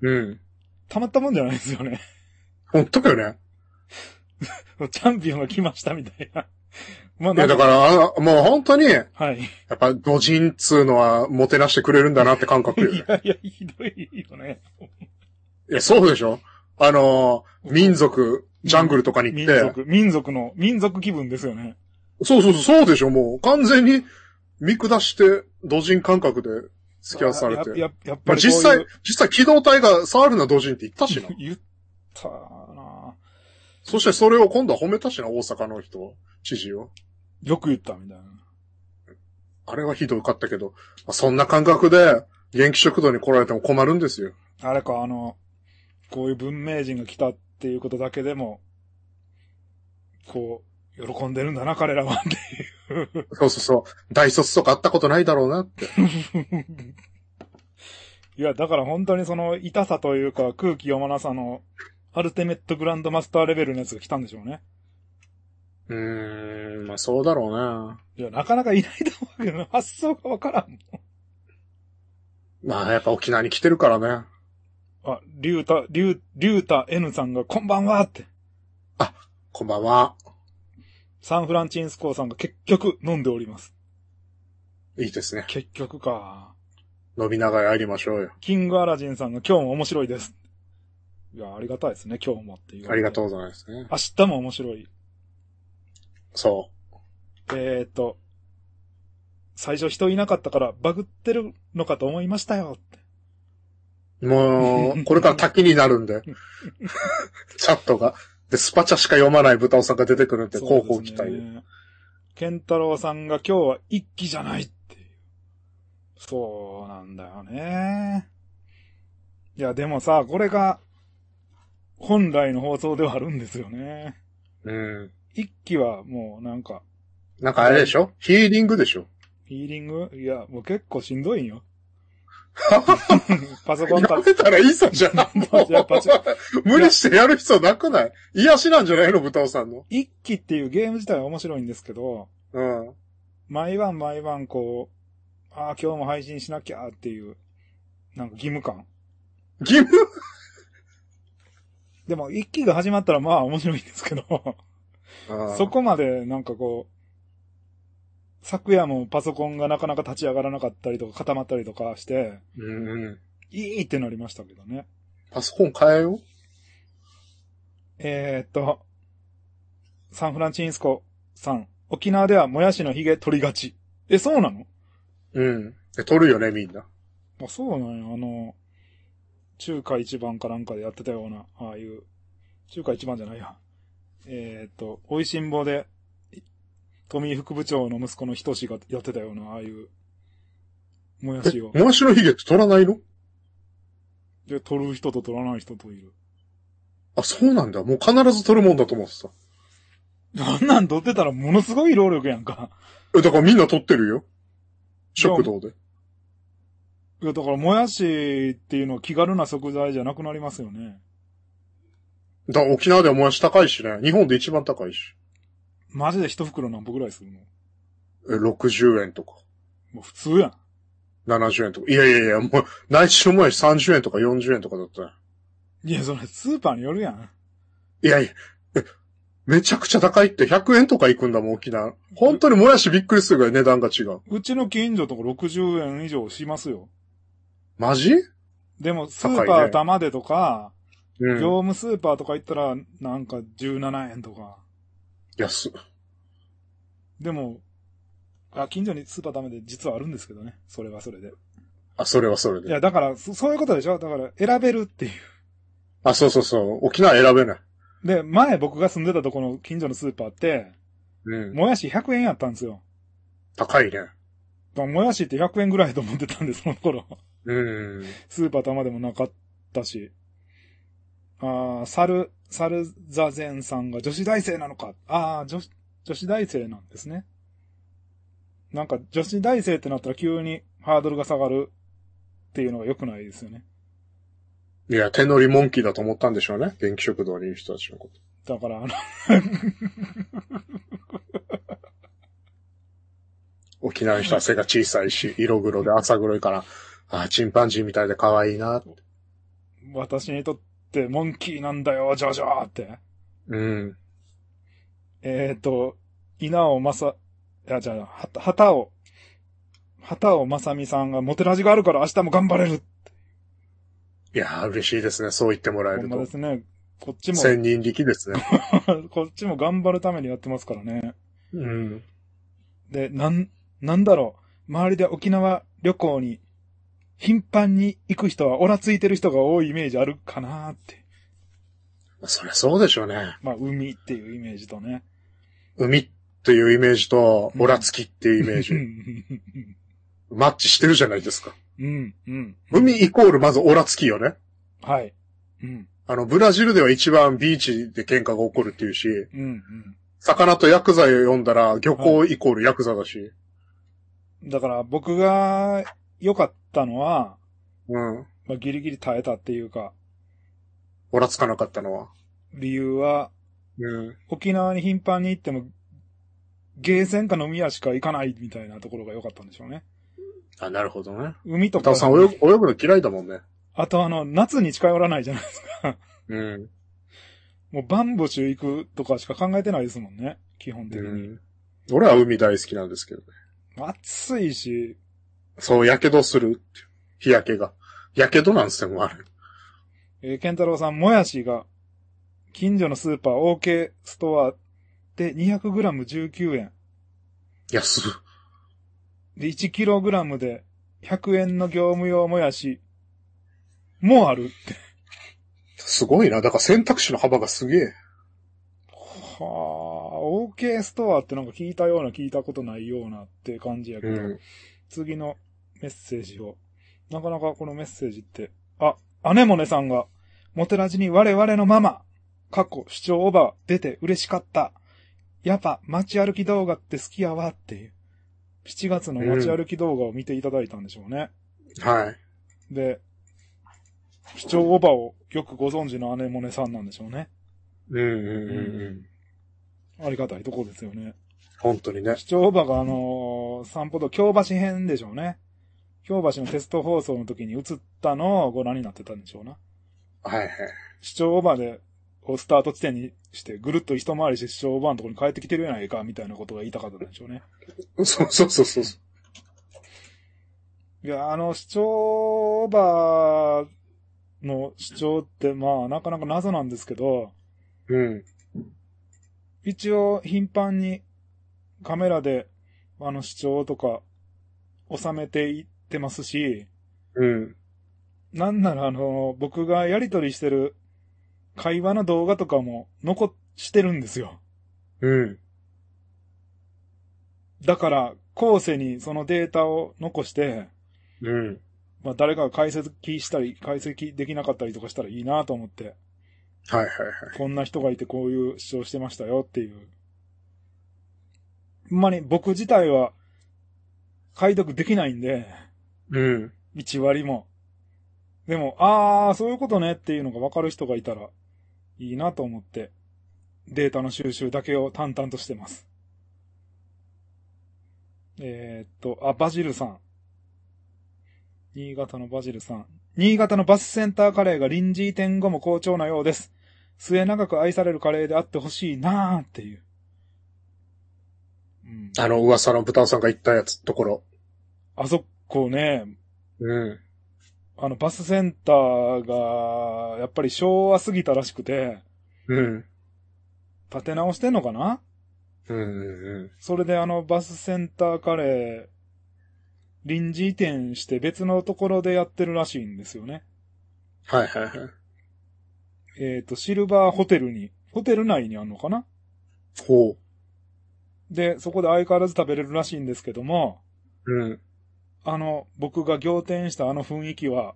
うん。たまったもんじゃないですよね。 *laughs* 本当よね。チャンピオンが来ましたみたいな。まあ、いや、だから、あのもう本当に、やはい。っぱ、土人っつうのは、もてなしてくれるんだなって感覚よいね。やいや、ひどいよね。いや、そうでしょあのー、民族、ジャングルとかに行民って、族、民族の、民族気分ですよね。そうそうそう、そうでしょ、もう。完全に見下して、同人感覚で付き合わされて。やややっまぱあ、りこういう実際、実際機動隊が触るな同人って言ったしな。 *laughs* 言ったなそしてそれを今度は褒めたしな、大阪の人、知事を。よく言ったみたいな。あれはひどかったけど、まあ、そんな感覚で、元気食堂に来られても困るんですよ。あれか、あの、こういう文明人が来たっていうことだけでも、こう、喜んでるんだな、彼らは。そうそうそう。大卒とかあったことないだろうなって。 *laughs* いや、だから本当にその痛さというか空気読まなさの、アルティメットグランドマスターレベルのやつが来たんでしょうね。うーん、まあそうだろうな。いや、なかなかいないと思うけどな、発想がわからん。まあやっぱ沖縄に来てるからね。あ、リュータ、リュー、リュータ N さんがこんばんはって。こんばんは。サンフランチンスコーさんが結局飲んでおります。いいですね。結局か。飲みながらやりましょうよ。キングアラジンさんが今日も面白いです。いや、ありがたいですね、今日もっていう。ありがとうう。ございますね。明日も面白い。そえーっと、最初人いなかったからバグってるのかと思いましたよって。う。も *laughs* う、これから滝になるんで。チャットが。で、スパチャしか読まない豚尾さんが出てくるんで、そう広報期待です。ね。ケンタロウさんが今日は一気じゃないっていう。そうなんだよね。いや、でもさ、これが、本来の放送ではあるんですよね。うん。一気はもうなんか、なんかあれでしょヒーリングでしょヒーリングいや、もう結構しんどいんよ。パソコンやた、めたらいいさじゃん。もうやっぱちょ無理してやる必要なくない癒しなんじゃないの豚尾さんの。一気っていうゲーム自体は面白いんですけど、うん。毎晩毎晩こう、ああ、今日も配信しなきゃっていう、なんか義務感。義務でも、一期が始まったらまあ面白いんですけど、そこまでなんかこう、昨夜もパソコンがなかなか立ち上がらなかったりとか固まったりとかして、うんうん。いいってなりましたけどね。パソコン変えよえー、っと、サンフランチンスコさん、沖縄ではもやしのヒゲ取りがち。え、そうなのう。うん。で、撮るよね、みんな。あ、そうなんや。あの、中華一番かなんかでやってたような、ああいう、中華一番じゃないや。えーっと、美味しんぼで、い富井副部長の息子の仁志がやってたような、ああいう、もやし *laughs* を。え、もやしのヒゲって取らないので、取る人と取らない人といる。あ、そうなんだ。もう必ず取るもんだと思ってた。あんなん取ってたらものすごい労力やんか。え、だからみんな取ってるよ。食堂で。いや、だから、もやしっていうのは気軽な食材じゃなくなりますよね。だから沖縄ではもやし高いしね。日本で一番高いし。マジで一袋何本ぐらいするのえ、60円とか、もう普通やん。 70円とか。いやいやいや、もう、内地のもやし30円とか40円とかだったよいや、それスーパーによるやん。いやいや、えめちゃくちゃ高いって100円とか行くんだもん、沖縄。本当にもやしびっくりするぐらい値段が違う。うちの近所とか60円以上しますよ。マジでも、ス高いねーパー玉でとか、う業ん。務スーパーとか行ったら、なんか17円とか。安。でも、あ、近所にスーパー玉で実はあるんですけどね。それはそれで。あ、それはそれいで。や、だから、そそういうことでしょだから、選べるっていう。あ、そうそうそう。沖縄選べない。で、前僕が住んでたとこの近所のスーパーって、うん。もやし100円やったんですよ。高いね。だからもやしって100円ぐらいと思ってたんで、その頃。 *laughs* うん。スーパー玉でもなかったし。ああ、サル、サルザゼンさんが女子大生なのか。ああ、女子、女子大生なんですね。なんか女子大生ってなったら急にハードルが下がるっていうのが良くないですよね。いや、手乗りモンキーだと思ったんでしょうね。元気食堂にいる人たちのこと。だから、あの、 *laughs* 沖縄の人は背が小さいし、色黒で浅黒いから、あ、チンパンジーみたいで可愛いな。私にとってモンキーなんだよ、ジョジョーって。うん。えっ、ー、と、稲尾正、いや、じゃあ、はた、はたお、はたおまさみさんがモテラジがあるから明日も頑張れる。いやー、嬉しいですね。そう言ってもらえほんるまでと。すね。こっちも、千人力ですね。 *laughs* こっちも頑張るためにやってますからね。うん。で、なん、なんだろう。周りで沖縄旅行に、頻繁に行く人は、オラついてる人が多いイメージあるかなって。そりゃそうでしょうね。まあ、海っていうイメージとね。海っていうイメージと、オラつきっていうイメー *laughs* うジ、ん、マッチしてるじゃないですか。うん、うん。海イコールまずオラつきよね。はい。うん、あの、ブラジルでは一番ビーチで喧嘩が起こるっていうし、うん、魚とヤクザを読んだら漁港イコールヤクザだし、うん。だから、僕が良かったのは、うん。まあ、ギリギリ耐えたっていうか、オラつかなかったのは。理由は、うん。沖縄に頻繁に行っても、ゲーセンか飲み屋しか行かないみたいなところが良かったんでしょうね。あ、なるほどね。海とタかオ、さん泳ぐ、泳ぐの嫌いだもんね。あとあの、夏に近寄らないじゃないですか。うん。もうバンボシュ行くとかしか考えてないですもんね。基本的うに。ん。俺は海大好きなんですけどね。暑いし、そう、火傷するっていう。日焼けが。火傷なんすよ、もうあれ。えー、ケンタロウさん、もやしが、近所のスーパー OK ストアで 200g19 円。安い。で、1kg で100円の業務用もやし、もうあるって。すごいな。だから選択肢の幅がすげえ。はあ、OK ストアってなんか聞いたような聞いたことないようなって感じやけど。うん。次のメッセージを。なかなかこのメッセージって、あ、姉もねさんが、モテラジに我々のママ、過去主張オーバー出て嬉しかった。やっぱ街歩き動画って好きやわっていう。7月の街歩き動画を見ていただいたんでしょうね。はい。で、主張オーバーをよくご存知の姉もねさんなんでしょうね。うんうんうんううん。ありがたいとこですよね。本当にね。主張オーバーがあのー散歩と京橋編でしょうね。京橋のテスト放送の時に映ったのをご覧になってたんでしょうな。はいはい。視聴オーバーで、をスタート地点にして、ぐるっと一回りして視聴オーバーのところに帰ってきてるやないか、みたいなことが言いたかったんでしょうね。そうそうそうそう。いや、あの、視聴オーバーの視聴って、まあ、なかなか謎なんですけど、うん。一応、頻繁にカメラで、あの、視聴とか、収めていってますし、うん。なんなら、あの、僕がやりとりしてる会話の動画とかも残っしてるんですよ。うん。だから、後世にそのデータを残して、うん。まあ誰かが解析したり、解析できなかったりとかしたらいいなと思って、はいはいはい。こんな人がいてこういう主張してましたよっていう。ほんまに僕自体は解読できないんで、うん。 1割も。でも、あー、そういうことねっていうのが分かる人がいたらいいなと思って、データの収集だけを淡々としてます。えー、っと、あ、バジルさん。新潟のバジルさん。新潟のバスセンターカレーが臨時移転後も好調なようです。末長く愛されるカレーであってほしいなーっていう。うん。あの、噂の豚尾さんが言ったやつ、ところ。あそこね、うん。あの、バスセンターが、やっぱり昭和過ぎたらしくて、うん。建て直してんのかなうんうんそれであの、バスセンターカレー、臨時移転して別のところでやってるらしいんですよね。はいはいはい。えっ、と、シルバーホテルに、ホテル内にあるのかなほで、そこで相変わらず食べれるらしいんですけども、う。うん。あの、僕が仰天したあの雰囲気は、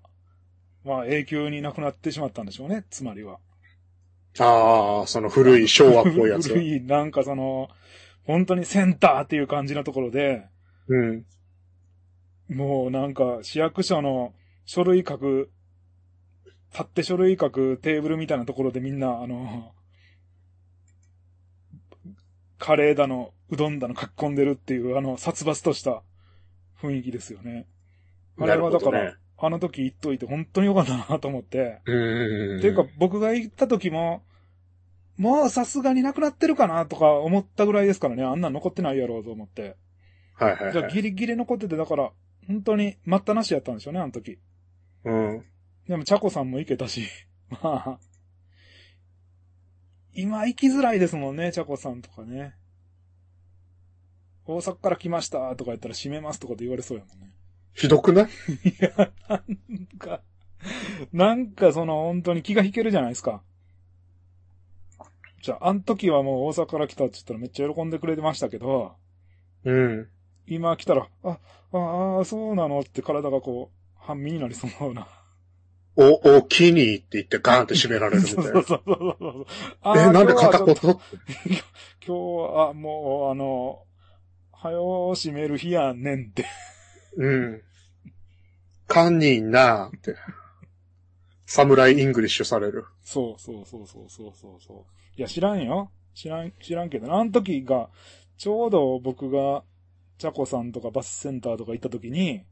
まあ永久になくなってしまったんでしょうね、つまりは。ああ、その古い昭和っぽいやつ。古い、なんかその、本当にセンターっていう感じのところで、うん。もうなんか市役所の書類書く、立って書類書くテーブルみたいなところでみんな、あの、カレーだの、うどんだの書き込んでるっていう、あの、殺伐とした雰囲気ですよね。あなれるはほだかどら、ね。あの時言っといて本当に良かったなと思って、うんうんうん。っていうか、僕が行った時も、もうさすがになくなってるかなとか思ったぐらいですからね、あんなん残ってないやろうと思って。はいはいじゃあはい。ギリギリ残ってて、だから、本当に待ったなしやったんでしょうね、あの時。うん。でも、チャコさんも行けたし、 *laughs* まあ、今行きづらいですもんね、チャコさんとかね。大阪から来ましたとか言ったら閉めますとかって言われそうやもんね。 *laughs* ひどくないなんか、なんかその本当に気が引けるじゃないですか。じゃあ、あの時はもう大阪から来たって言ったらめっちゃ喜んでくれてましたけど、うん。今来たら、あ、ああ、そうなのって体がこう、半身になりそうな。お、おきにって言ってガーンって閉められる *laughs* みそたういそなう。そうそうそう。あーえ、なんで片今言日はちょっと今日は、もう、あの、はよ閉める日やんねんって。うん。堪忍なーって。サムライイングリッシュされる。そうそうそうそうそうそうそう。いや、知らんよ。知らん、知らんけど、あの時が、ちょうど僕が、チャコさんとかバスセンターとか行った時に、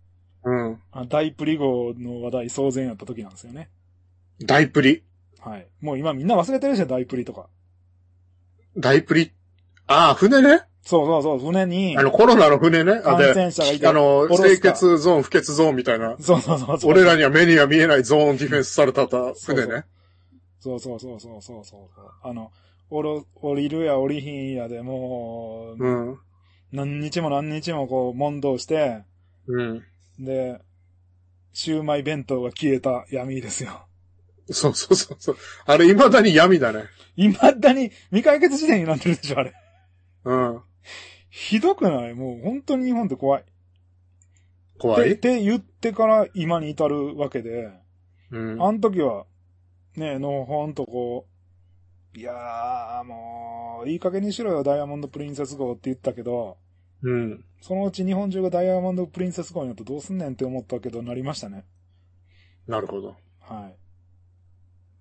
うん。あ大プリ号の話題騒然やった時なんですよね。大プリ。はい。もう今みんな忘れてるでしょ、大プリとか。大プリ。ああ、船ね。そうそうそう、船にあ、の、コロナの船ね。あ、感で、染者がいてあの、降ろ清すか潔ゾーン、不潔ゾーンみたいな。そうそうそうそう。俺らには目には見えないゾーンディフェンスされたたそうそ船うね。そうそうそうそうそうそうそう。あの、降ろ、降りるや降りひんやでもう、うん。何日も何日もこう、問答して、うん。で、シューマイ弁当が消えた闇ですよ。そうそうそうそう。あれ、未だに闇だね。未だに未解決事態になってるでしょ、あれ。うん。ひどくないもう本当に日本って怖い。怖ってっい。て言ってから今に至るわけで、うん。あの時は、ね、のほんとこう、いやーもう、いい加減にしろよ、ダイヤモンドプリンセス号って言ったけど、うん。そのうち日本中がダイヤモンドプリンセス号になってどうすんねんって思ったけど、なりましたね。なるほど。は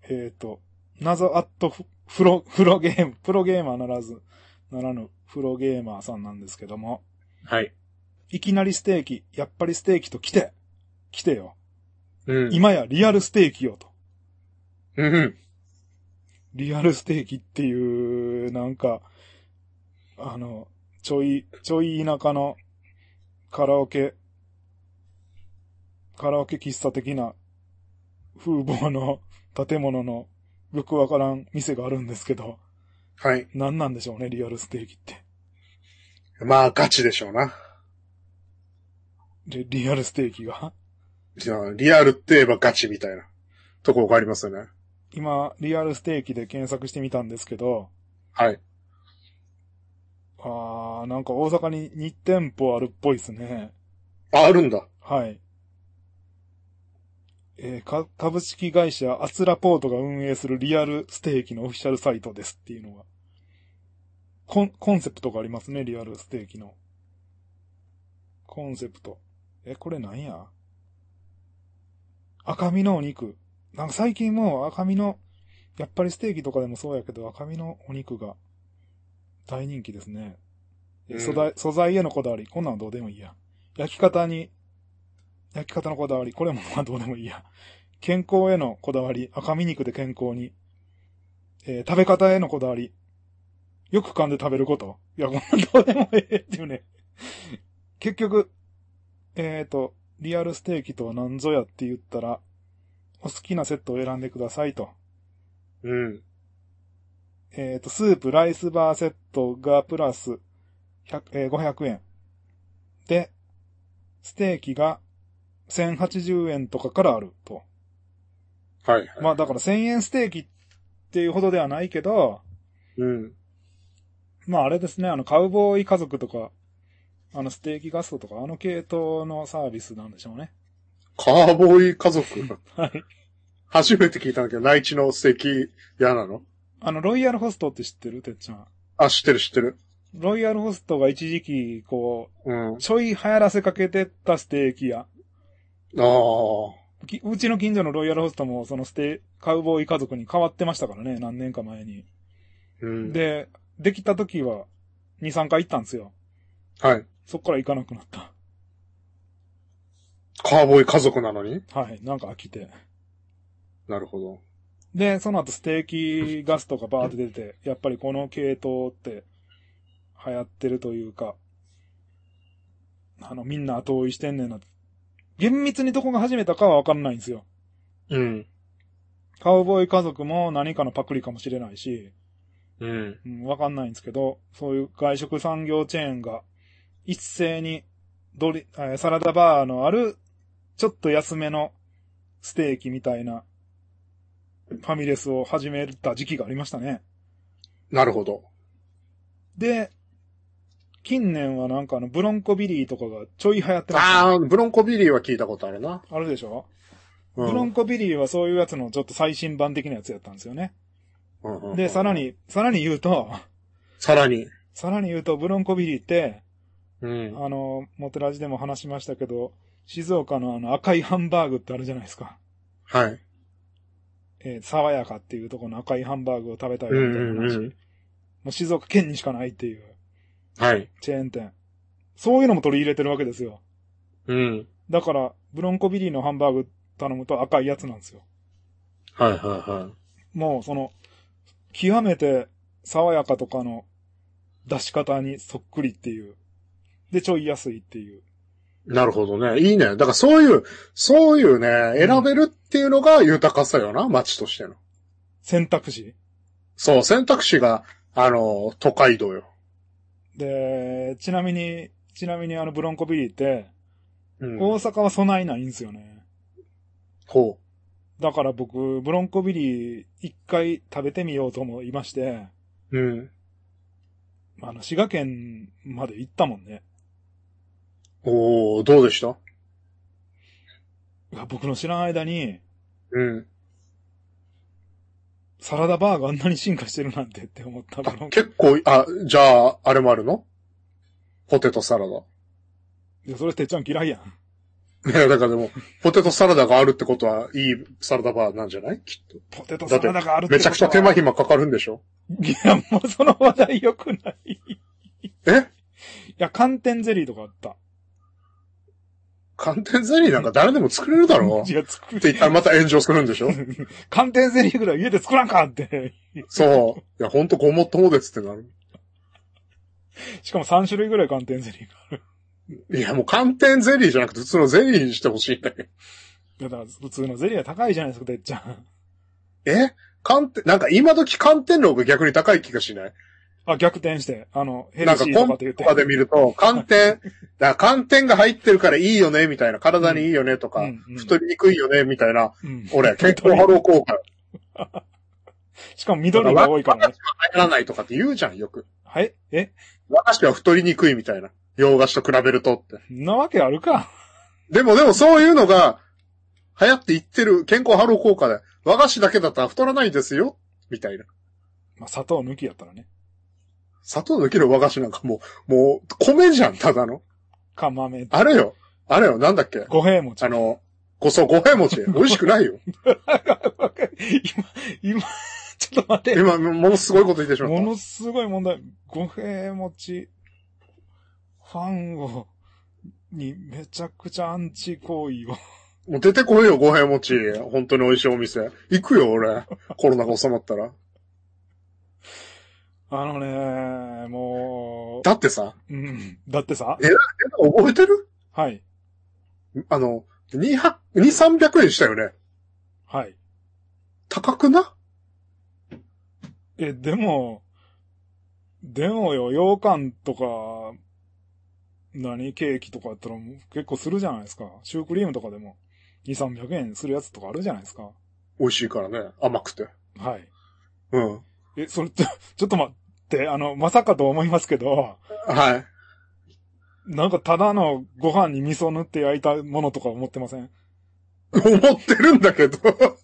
い。えっ、と、謎アットフプロ、プロゲーム、プロゲーマーならず、ならぬプロゲーマーさんなんですけども、はい。いきなりステーキ、やっぱりステーキと来て、来てよ。うん。今やリアルステーキよと。うんうん。リアルステーキっていう、なんか、あの、ちょい、ちょい田舎のカラオケ、カラオケ喫茶的な風貌の *laughs* 建物のよくわからん店があるんですけど、はい。何なんでしょうね、リアルステーキって。まあ、ガチでしょうな。でリアルステーキが。じゃあ、リアルって言えばガチみたいなとこがありますよね。今、リアルステーキで検索してみたんですけど、はい。あー、なんか大阪に2店舗あるっぽいですね。あ、あるんだ。はい。えーか、株式会社アツラポートが運営するリアルステーキのオフィシャルサイトですっていうのが。コン、コンセプトがありますね、リアルステーキの。コンセプト。え、これなんや赤身のお肉。なんか最近もう赤身の、やっぱりステーキとかでもそうやけど赤身のお肉が大人気ですね。えうん素材、素材へのこだわり。こんなんどうでもいいや。焼き方に、焼き方のこだわり。これもまあどうでもいいや。健康へのこだわり。赤身肉で健康に。えー食べ方へのこだわり。よく噛んで食べること。いや、こんなんどうでもええっていうね。結局、えっ、と、リアルステーキとは何ぞやって言ったら、お好きなセットを選んでくださいと。うん。えっ、と、スープ、ライスバーセットがプラス100、えー500円。で、ステーキが1080円とかからあると。はい、はい。まあだから1000円ステーキっていうほどではないけど、うん。まああれですね、あの、カウボーイ家族とか、あの、ステーキガストとか、あの系統のサービスなんでしょうね。カーボーイ家 *laughs* 族。はい。初めて聞いたんだけど、内地の素敵嫌なのあの、ロイヤルホストって知ってるてっちゃん。あ、知ってる知ってる。ロイヤルホストが一時期、こうんう、。ちょい流行らせかけてたステーキ屋。ああ。きうちの近所のロイヤルホストも、そのステー、カウボーイ家族に変わってましたからね、何年か前に。うん。で、できた時は、2、3回行ったんですよ。はい。そっから行かなくなった。カーボーイ家族なのにはい、なんか飽きて。なるほど。で、その後ステーキガスとかバーって出て、やっぱりこの系統って流行ってるというか、あの、みんな後追いしてんねんな。厳密にどこが始めたかはわかんないんですよ。うん。カウボーイ家族も何かのパクリかもしれないし、うん。うん、わかんないんですけど、そういう外食産業チェーンが一斉にドリ、えーサラダバーのあるちょっと安めのステーキみたいなファミレスを始めた時期がありましたね。なるほど。で、近年はなんかあのブロンコビリーとかがちょい流行ってましたね。ああ、ブロンコビリーは聞いたことあるな。あるでしょ、うんブロンコビリーはそういうやつのちょっと最新版的なやつやったんですよね。うんうんうんで、さら。に、さらに言うと、さらに。さらに言うとブロンコビリーって、うん。あの、モテラジでも話しましたけど、静岡のあの赤いハンバーグってあるじゃないですか。はい。えー爽やかっていうところの赤いハンバーグを食べたいみうたいんなうん話。うん。もう静岡県にしかないっていうはい。チェーン店。そういうのも取り入れてるわけですよ。うん。だから、ブロンコビリーのハンバーグ頼むと赤いやつなんですよ。はいはいはもうその、極めて爽やかとかの出し方にそっくりっていう。で、ちょい安いっていう。い。なるほどね。いいね。だからそういう、そういうね、選べるっていうのが豊かさよな、街としての。選択肢。そう、選択肢が、あの、都会道よ。で、ちなみに、ちなみにあのブロンコビリーって、うん。大阪は備えないんですよね。ほだから僕、ブロンコビリー一回食べてみようと思いまして、う。うん。あの、滋賀県まで行ったもんね。おー、どうでしたうわ僕の知らん間に、うん。サラダバーがあんなに進化してるなんてって思ったブロンコ。結構、あ、じゃあ、あれもあるのポテトサラダ。いや、それてっちゃん嫌いやん。いや、だからでも、ポテトサラダがあるってことは、いいサラダバーなんじゃないきっポテトサラダがあるっと。てこめちとゃくちゃ手間暇かかるんでしょいや、もうその話題良くない。いえや、寒天ゼリーとかあった。寒天ゼリーなんか誰でも作れるだろいうってや、作言ったらまた炎上するんでしょ寒天ゼリーぐらい家で作らんかって。そう。いや、ほんとごもっともですってなる。しかも3種類ぐらい寒天ゼリーが。いや、もう寒天ゼリーじゃなくて普通のゼリーにしてほしいんだけど。いやだから普通のゼリーは高いじゃないですか、てっちゃん。え寒天、なんか今時寒天の方が逆に高い気がしないあ、逆転して、あの、ヘなルんかシーとコかンって言って。とかで見ると、寒天、だから寒天が入ってるからいいよね、みたいな、体にいいよね、とか、うんうん太りにくいよね、みたいな、うん俺、健康ハロー効果。しかも緑が多いからね。流行らないとかって言うじゃん、よく。はいえ和菓子は太りにくいみたいな。洋菓子と比べるとって。そんなわけあるか。でもでもそういうのが、流行っていってる健康ハロー効果で、和菓子だけだったら太らないですよ、みたいな。まあ、砂糖抜きやったらね。砂糖抜きの和菓子なんかもう、もう、米じゃん、ただの。釜め、あれよ。あれよ、なんだっけ五平餅。 *laughs* あの、ごそう、五平餅。美味しくないよ。今、今、ちょっと待って。今、ものすごいこと言ってしまもっのすごい問題。五平餅、ファンを、にめちゃくちゃアンチ行為を。た。もう出てこいよ、五平餅。本当に美味しいお店。行くよ、俺。コロナが収まったら。あのね、もだってさ、う、うん。だってさ、え覚えてるはい、あの、2、0 0 300円したよね。はい。高くなえ、でも、でもよ、羊羹とか、何ケーキとかやったらもう結構するじゃないですか。シュークリームとかでも、2、300円するやつとかあるじゃないですか。美味しいからね。甘くて。はい。うん。え、それ、ちょ、ちょっと待って、あの、まさかと思いますけど、はい。なんかただのご飯に味噌塗って焼いたものとか思ってません思ってるんだけど。 *laughs*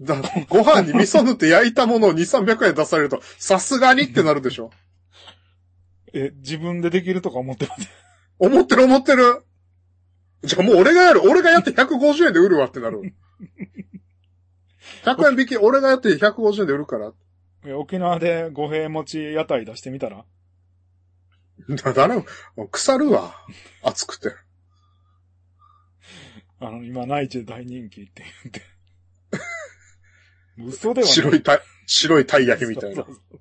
だご飯に味噌塗って焼いたものを2、300円出されると、さすがにってなるでしょ。え、自分でできるとか思ってません思ってる思ってる。じゃあもう俺がやる。俺がやって150円で売るわってなる。100円引き、俺がやって150円で売るから。え沖縄で五平餅屋台出してみたらだ誰も、腐るわ。熱くて。あの、今、内地で大人気って言っ *laughs* て。嘘ではない。白いた、白いたい焼きみたいなそう。そうそう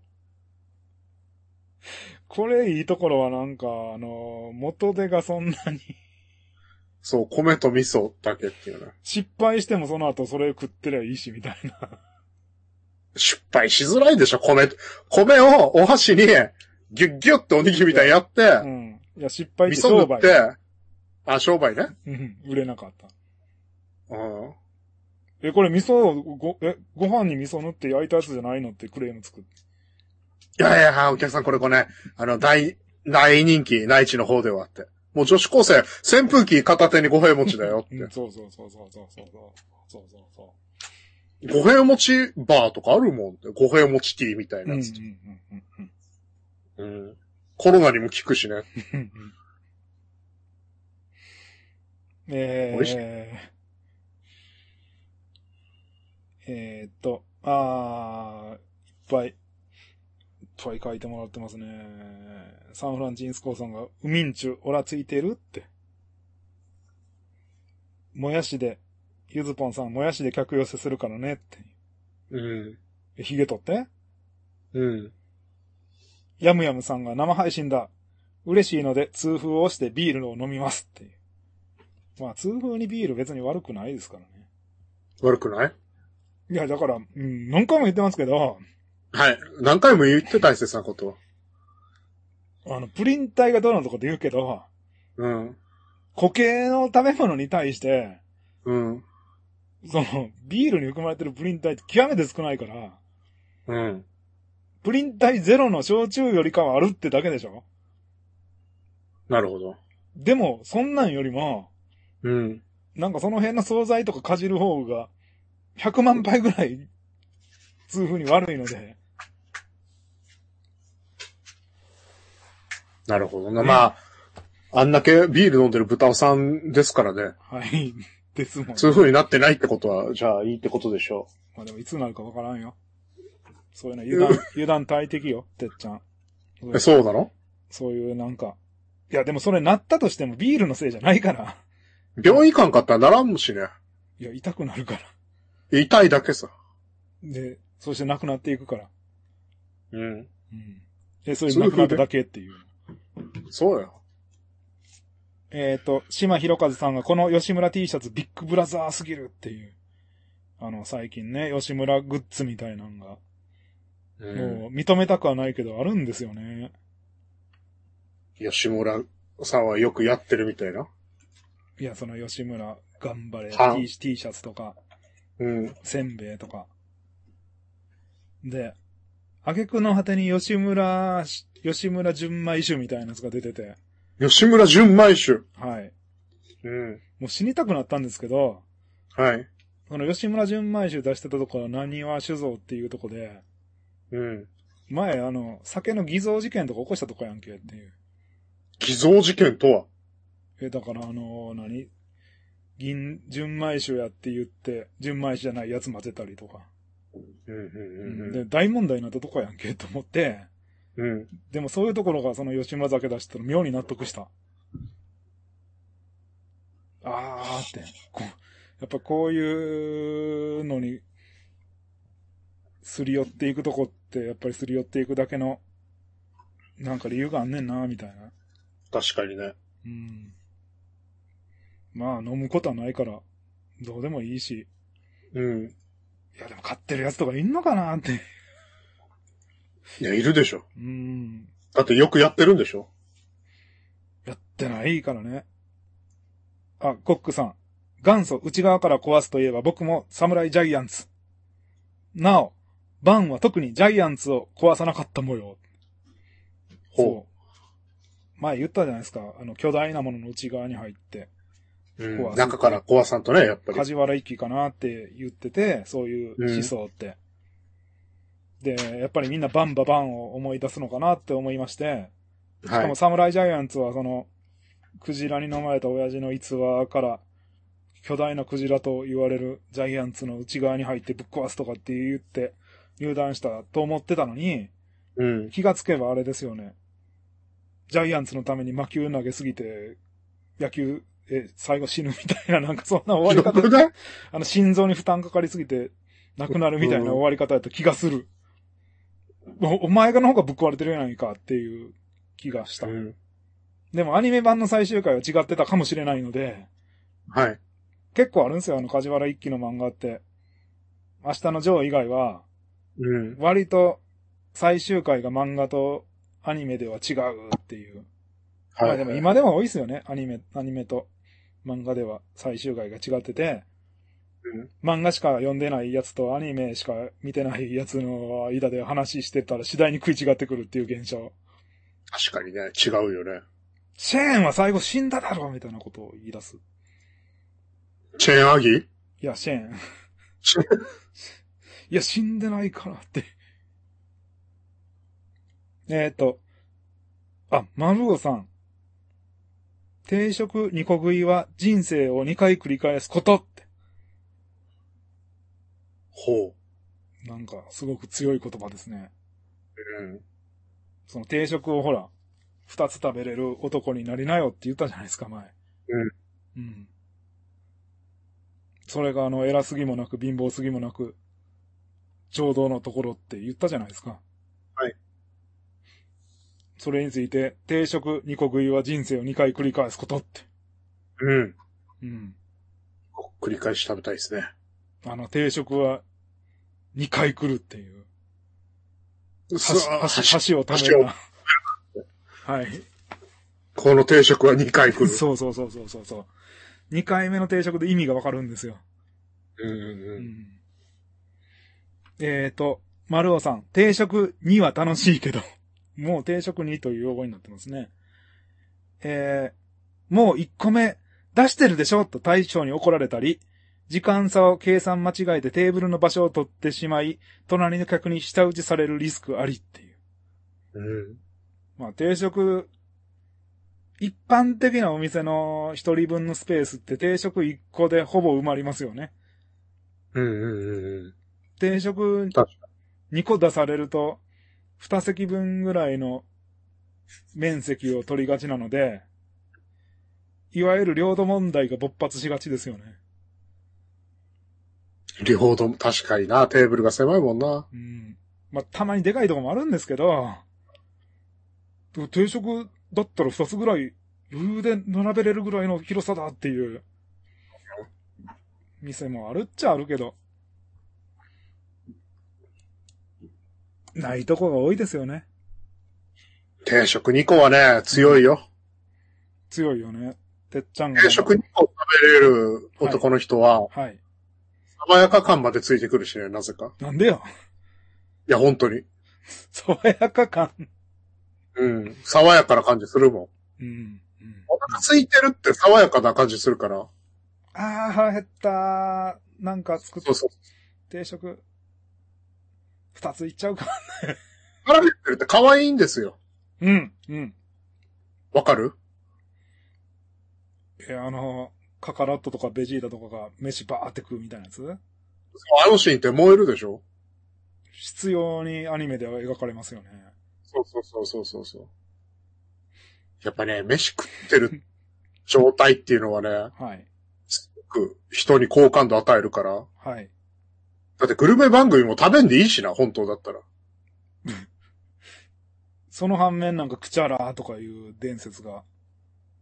これいいところはなんか、あの、元手がそんなに、そう、米と味噌だけっていうね。失敗してもその後それ食ってりゃいいし、みたいな。失敗しづらいでしょ、米。米をお箸に、ギュッギュッとおにぎりみたいにやって、うん。いや、失敗って味噌商塗っ売。て、あ、商売ね。うん、売れなかった。うん。え、これ味噌をご、え、ご飯に味噌塗って焼いたやつじゃないのってクレーム作って。いやいや、お客さんこれこれね、あの、大、大人気、内地の方ではって。もう女子高生、扇風機片手に五平餅だようん、っそうそうそうそうそうそう。そうそうそ。て。五平餅バーとかあるもんって。五平餅ティーみたいうう、なんうん、やうつ。ん、うんうん。うん。コロナにも効くしね。え美味しいー、えーっと、あー、いっぱい、いっぱい書いてもらってますね。サンフランチンスコーさんが、ウミンチュ、オラついてるって。もやしで、ゆずぽんさん、もやしで客寄せするからねって。うん。えヒゲ取って。うん。ヤムヤムさんが生配信だ。嬉しいので痛風をしてビールを飲みますっていう。まあ痛風にビール別に悪くないですからね。悪くないいやだから、うん、何回も言ってますけど、はい。何回も言って大切なこと。あの、プリン体がどうのとかって言うけど、うん。固形の食べ物に対して、うん。その、ビールに含まれてるプリン体って極めて少ないから、うん。プリン体ゼロの焼酎よりかはあるってだけでしょなるほど。でも、そんなんよりも、うん。なんかその辺の惣菜とかかじる方が、100万倍ぐらい、痛風に悪いので。なるほどな。まあ、あんだけビール飲んでる豚尾さんですからね。はい。ですもん。そういう風になってないってことは、じゃあいいってことでしょまあでもいつになるかわからんよ。そういうの油断、油断大敵よ、てっちゃん。う。えそうなのそういうなんか。いやでもそれなったとしてもビールのせいじゃないから。病院行かんかったらならんもしね。いや、痛くなるから。痛いだけさ。で、そしてなくなっていくから。うん。うん。で、それなくなっただけっていう。そうよ。えっ、と、島博和さんがこの吉村 T シャツビッグブラザーすぎるっていう。あの、最近ね、吉村グッズみたいなのが、うもう認めたくはないけどあるんですよね。ん。吉村さんはよくやってるみたいな。いや、その吉村頑張れは T, T シャツとか、うん。せんべいとか。で、挙句の果てに吉村し、吉村純米酒みたいなやつが出てて、吉村純米酒。はい。うん。もう死にたくなったんですけど、はい。その吉村純米酒出してたところ、何は酒造っていうとこで、うん。前あの、酒の偽造事件とか起こしたとこやんけっていう。偽造事件とはえ、だからあの何銀、純米酒やって言って、純米酒じゃないやつ混ぜたりとか。うんうんで、大問題になったとこやんけと思って、うんうん。うん。でもそういうところがその吉村酒出してたら妙に納得した。あーって。こうやっぱこういうのに、すり寄っていくとこって、やっぱりすり寄っていくだけの、なんか理由があんねんな、みたいな。確かにね。うん。まあ、飲むことはないから、どうでもいいし。うん。いや、でも買ってるやつとかいんのかなって。いや、いるでしょ。うん。だってよくやってるんでしょやってないからね。あ、コックさん。元祖内側から壊すといえば僕も侍ジャイアンツ。なお、バンは特にジャイアンツを壊さなかった模様。ほそう。前言ったじゃないですか。あの、巨大なものの内側に入って、う。う壊ん。す中から壊さんとね、やっぱり。梶原一騎かなって言ってて、そういう思想って。で、やっぱりみんなバンババンを思い出すのかなって思いまして、しはかいも。侍ジャイアンツはその、クジラに飲まれた親父の逸話から、巨大なクジラと言われるジャイアンツの内側に入ってぶっ壊すとかって言って入団したと思ってたのに、うん。気がつけばあれですよね。ジャイアンツのために魔球投げすぎて、野球、え、最後死ぬみたいな、なんかそんな終わり *laughs* ひど方くないあの、心臓に負担かかりすぎて、亡くなるみたいな終わり方やった気がする。おお前がの方がぶっ壊れてるやないかっていう気がしたう。ん。でもアニメ版の最終回は違ってたかもしれないので、はい。結構あるんですよ、あの、梶原一騎の漫画って。明日のジョー以外は、うん。割と最終回が漫画とアニメでは違うっていう。はい。まあでも今でも多いですよね、アニメ、アニメと漫画では最終回が違ってて、うん漫画しか読んでないやつとアニメしか見てないやつの間で話してたら次第に食い違ってくるっていう現象。確かにね、違うよね。シェーンは最後死んだだろみたいなことを言い出す。チェーンアギいや、シェーン。いや、死んでないからって。えっと。あ、マルオさん。定食二個食いは人生を二回繰り返すことって。ほなんか、すごく強い言葉ですね。う。うん。その定食をほら、二つ食べれる男になりなよって言ったじゃないですか、前。ううん。ん。それがあの、偉すぎもなく、貧乏すぎもなく、ちょうどのところって言ったじゃないですか。はい。それについて、定食二個食いは人生を二回繰り返すことって。うん。うん。繰り返し食べたいですね。あの、定食は二回来るっていう。す箸、あ箸、箸箸を食べるな。 *laughs* はい。この定食は2回来 *laughs* る。そうそうそうそうそうそう。二回目の定食で意味がわかるんですよ。うんうんううん。ん。えっ、ー、と、丸尾さん、定食2は楽しいけど、 *laughs* もう定食2という用語になってますね。えー、もう1個目、出してるでしょと大将に怒られたり、時間差を計算間違えてテーブルの場所を取ってしまい、隣の客に舌打ちされるリスクありっていう。うん。まあ定食、一般的なお店の一人分のスペースって定食1個でほぼ埋まりますよね。うんうんうん定食確か2個出されると、2席分ぐらいの面積を取りがちなので、いわゆる領土問題が勃発しがちですよね。うん。両方とも、確かにな、テーブルが狭いもんな。うん。まあ、たまにでかいとこもあるんですけど、でも定食だったら2つぐらい余裕で並べれるぐらいの広さだっていう、店もあるっちゃあるけど、ないとこが多いですよね。定食2個はね、強いよ。強いよね。てっちゃんが。定食2個食べれる男の人は、はい。爽やか感までついてくるしね、なぜか。なんでよ。や、本当に。 *laughs* 爽やか感。うん。爽やかな感じするもん。うん。お腹空いてるって爽やかな感じするから。ああ、腹減った。なんか作っそうそう。定食。二ついっちゃうか。腹減ってるって可愛いんですよ。うん。うん。わかるえ、あの、カカラットとかベジータとかが飯バーって食うみたいなやつそうあのシーンって燃えるでしょ必要にアニメでは描かれますよね。そうそうそうそうそうそう。やっぱね、飯食ってる状態っていうのはね、はい。すごく人に好感度与えるから。はい。だってグルメ番組も食べんでいいしな、本当だったら。その反面なんかクチャラーとかいう伝説が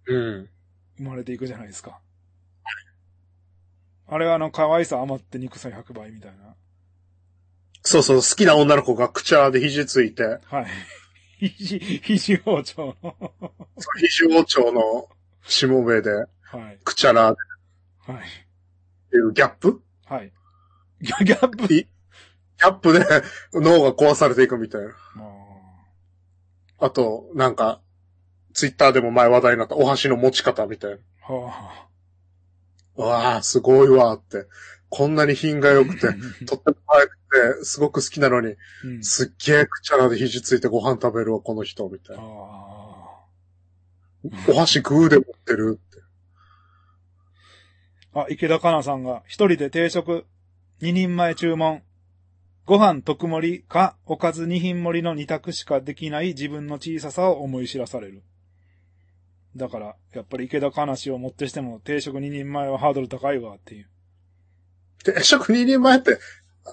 うん。生まれていくじゃないですか。あれはあの、可愛さ余って憎さ100倍みたいな。そうそう、好きな女の子が口ャで肘ついて、はい。肘、肘包丁の。そう肘王朝のしもべで、はい。くちゃらっはい。ていうギャップはい。ギャギャップ。いギャップで *laughs* 脳が壊されていくみたいな。ああと、なんか、ツイッターでも前話題になったお箸の持ち方みたいな。ーはうわあ、すごいわーって。こんなに品が良くて、とっても早くて、すごく好きなのあ。に、うんすっげえくちゃらで肘ついてご飯食べるわ、この人、みたいな。あお箸グーで持ってるって。ーあ、池田香奈さんが一人で定食、二人前注文。ご飯特盛りか、おかず二品盛りの二択しかできない自分の小ささを思い知らされる。だから、やっぱり池田香奈氏をもってしても定食二人前はハードル高いわっていう。で、食二人前って、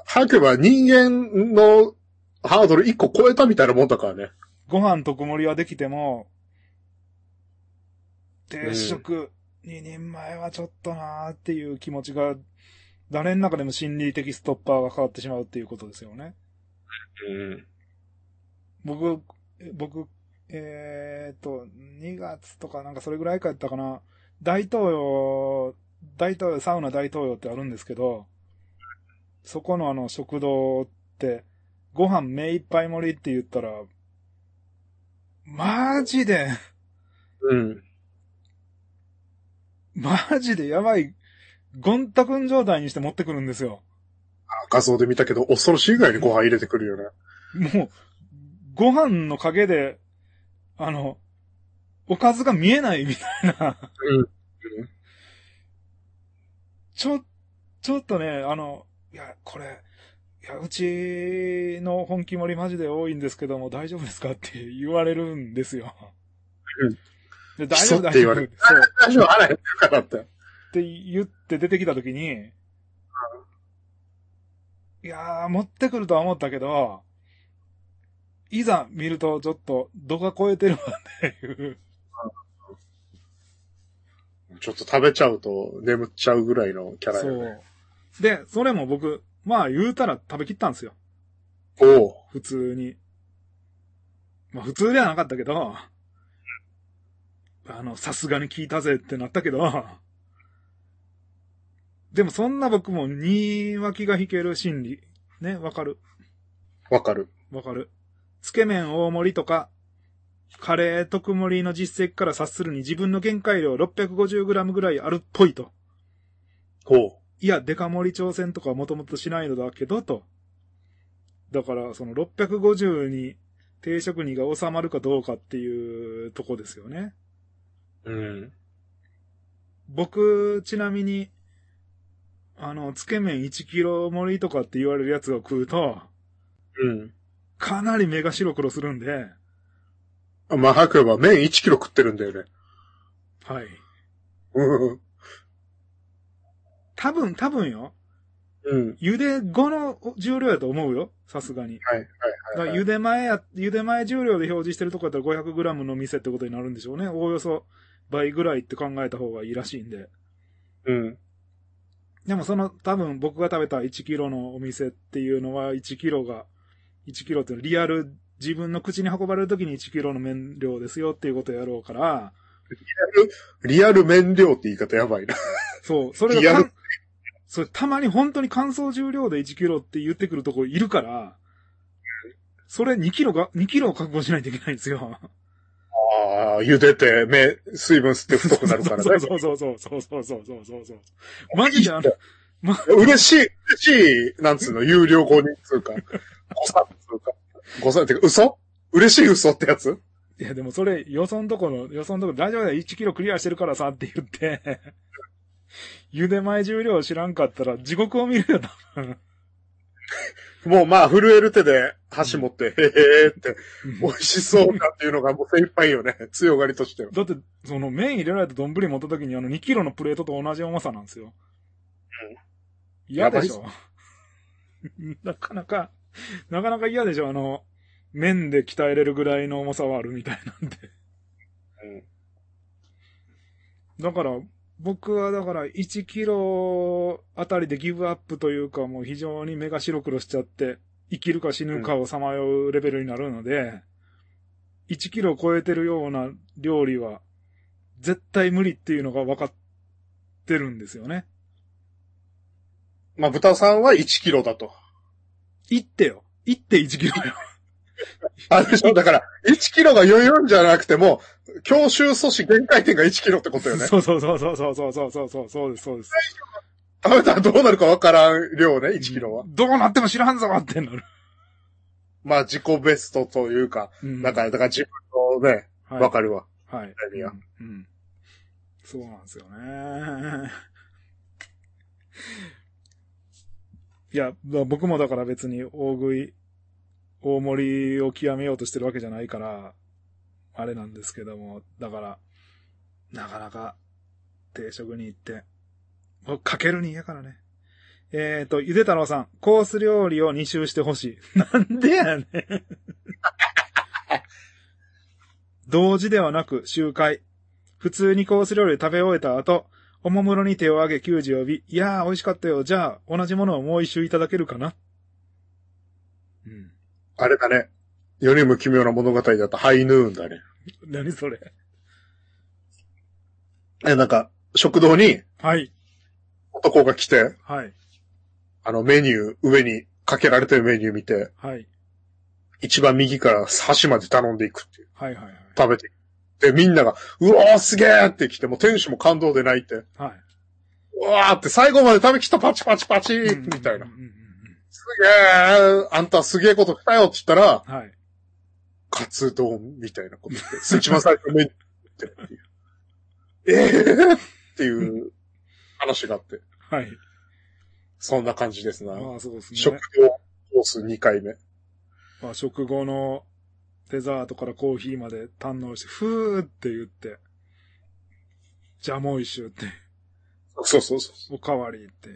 吐けば人間のハードル一個超えたみたいなもんだからね。ご飯特盛りはできても、定食二人前はちょっとなーっていう気持ちが、誰の中でも心理的ストッパーがかかってしまうっていうことですよね。うん。僕、え僕、えーっと、2月とかなんかそれぐらいかやったかな。大東洋、大東洋、サウナ大東洋ってあるんですけど、そこのあの食堂って、ご飯目いっぱい盛りって言ったら、マジで、うん。マジでやばい、ゴンタ君状態にして持ってくるんですよ。画像で見たけど、恐ろしいぐらいにご飯入れてくるよね。もう、ご飯の陰で、あの、おかずが見えないみたいな。うんちょ、ちょっとね、あの、いや、これ、いや、うちの本気盛りマジで多いんですけども、大丈夫ですかって言われるんですよ。うんで大基丈礎夫、っ大て丈言わ夫。れそう。るっ大丈夫、腹減ってるからって。て言って出てきたときに、いやー、持ってくるとは思ったけど、いざ見るとちょっと度が超えてるわっていう。ちょっと食べちゃうと眠っちゃうぐらいのキャラそよね。う。で、それも僕、まあ言うたら食べきったんですよ。おう。普通に。まあ普通ではなかったけど、あの、さすがに聞いたぜってなったけど、でもそんな僕も2脇が引ける心理。ね、わかる。わかる。わかる。つけ麺大盛りとか、カレー特盛りの実績から察するに自分の限界量 650g ぐらいあるっぽいと。おう。いや、デカ盛り挑戦とかはもともとしないのだけど、と。だから、その650に定食にが収まるかどうかっていうとこですよね。うん。僕、ちなみに、あの、つけ麺1キロ盛りとかって言われるやつが食うと、うんかなり目が白黒するんで、あ。まあ、早く言えば麺1キロ食ってるんだよね。はい。うん。多分、多分よ。うん。茹で後の重量やと思うよ。さすがに。はい、だかはい、らはい。茹で前や、茹で前重量で表示してるとこだったら 500g の店ってことになるんでしょうね。おおよそ倍ぐらいって考えた方がいいらしいんで。うん。でもその多分僕が食べた 1kg のお店っていうのは 1kg が、1kg っていうのはリアル自分の口に運ばれるときに 1kg の麺量ですよっていうことをやろうから、リアル麺量って言い方やばいな。そう、それリがアかルん、それたまに本当に乾燥重量で 1kg って言ってくるとこいるから、それ2キロが、2キロを確保しないといけないんですよ。ああ、茹でて、目、水分吸って太くなるからね。そうそうそうそうそうそうそうそうそうそう。マジであの、ま、嬉しい、嬉しい、なんつうの、有料購入通貨。誤差通貨。誤差ってか、嘘嬉しい嘘ってやついやでもそれ予想のところ、予想のところ、大丈夫だよ、1キロクリアしてるからさって言って、茹で前重量知らんかったら地獄を見るよ、多分。もうまあ、震える手で箸持って、へへーって、美味しそうだっていうのがもう精一杯よね。強がりとしては。だって、その麺入れられた丼持った時にあの2キロのプレートと同じ重さなんですよ。嫌でしょ。 *laughs* なかなか、なかなか嫌でしょ。あの、麺で鍛えれるぐらいの重さはあるみたいなんで。うんだから、僕はだから1キロあたりでギブアップというかもう非常に目が白黒しちゃって、生きるか死ぬかをさまようレベルになるので、1キロを超えてるような料理は、絶対無理っていうのが分かってるんですよね。まあ、豚さんは1キロだと。行ってよ。行って1キロよ。あれでしょだから、1キロが余裕じゃなくても、強襲阻止限界点が1キロってことよね。そうそうそうそうそうそうそうそうそうそうです、そうです。食べたらどうなるかわからん量ね、1キロは。どうなっても知らんぞってなる。まあ、自己ベストというか、うんだから、だから自分のね、はい、わかるわ。はい。何がうん。うんそうなんですよね。 *laughs* いや、まあ僕もだから別に大食い、大盛りを極めようとしてるわけじゃないから、あれなんですけども、だから、なかなか定食に行って、僕かけるにやからね。えっ、ー、と、ゆで太郎さん、コース料理を2周してほしい。 *laughs* なんでやねん。同時ではなく集会。普通にコース料理を食べ終えた後、おもむろに手を挙げ給仕を呼び、いやー美味しかったよ。じゃあ、同じものをもう一周いただけるかな。うん。あれだね。世にも奇妙な物語だとハイヌーンだね。何それ。え、なんか、食堂にはい。男が来て、はい。あのメニュー、上にかけられてるメニュー見て、はい。一番右から箸まで頼んでいくっていう。はいはいはい。食べていく。で、みんなが、うわーすげーって来て、もう店主も感動で泣いて、うはわーって最後まで食べきったパチパチパチい。うんみたいなうん。うんうんすげーあんたすげーこと来たよって言ったら、うんはい。カツ丼みたいなこと言って、一番最初のメニューってっていう。えーっていう話があって。はい。そんな感じですな。まあそうです食ね。堂コース2回目。まあ食後のデザートからコーヒーまで堪能して、ふーって言って、じゃあもう一周って。そうそうそう。おかわりって。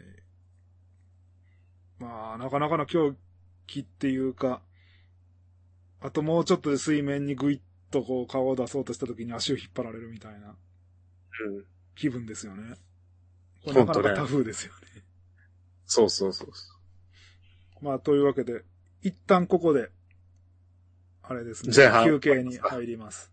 まあ、なかなかの狂気っていうか、あともうちょっとで水面にぐいっとこう顔を出そうとした時に足を引っ張られるみたいなうん、気分ですよね。これほなんかとなねかタフですよね。そうそうそうそう。まあ、というわけで、一旦ここで、あれですね。前半休憩に入ります。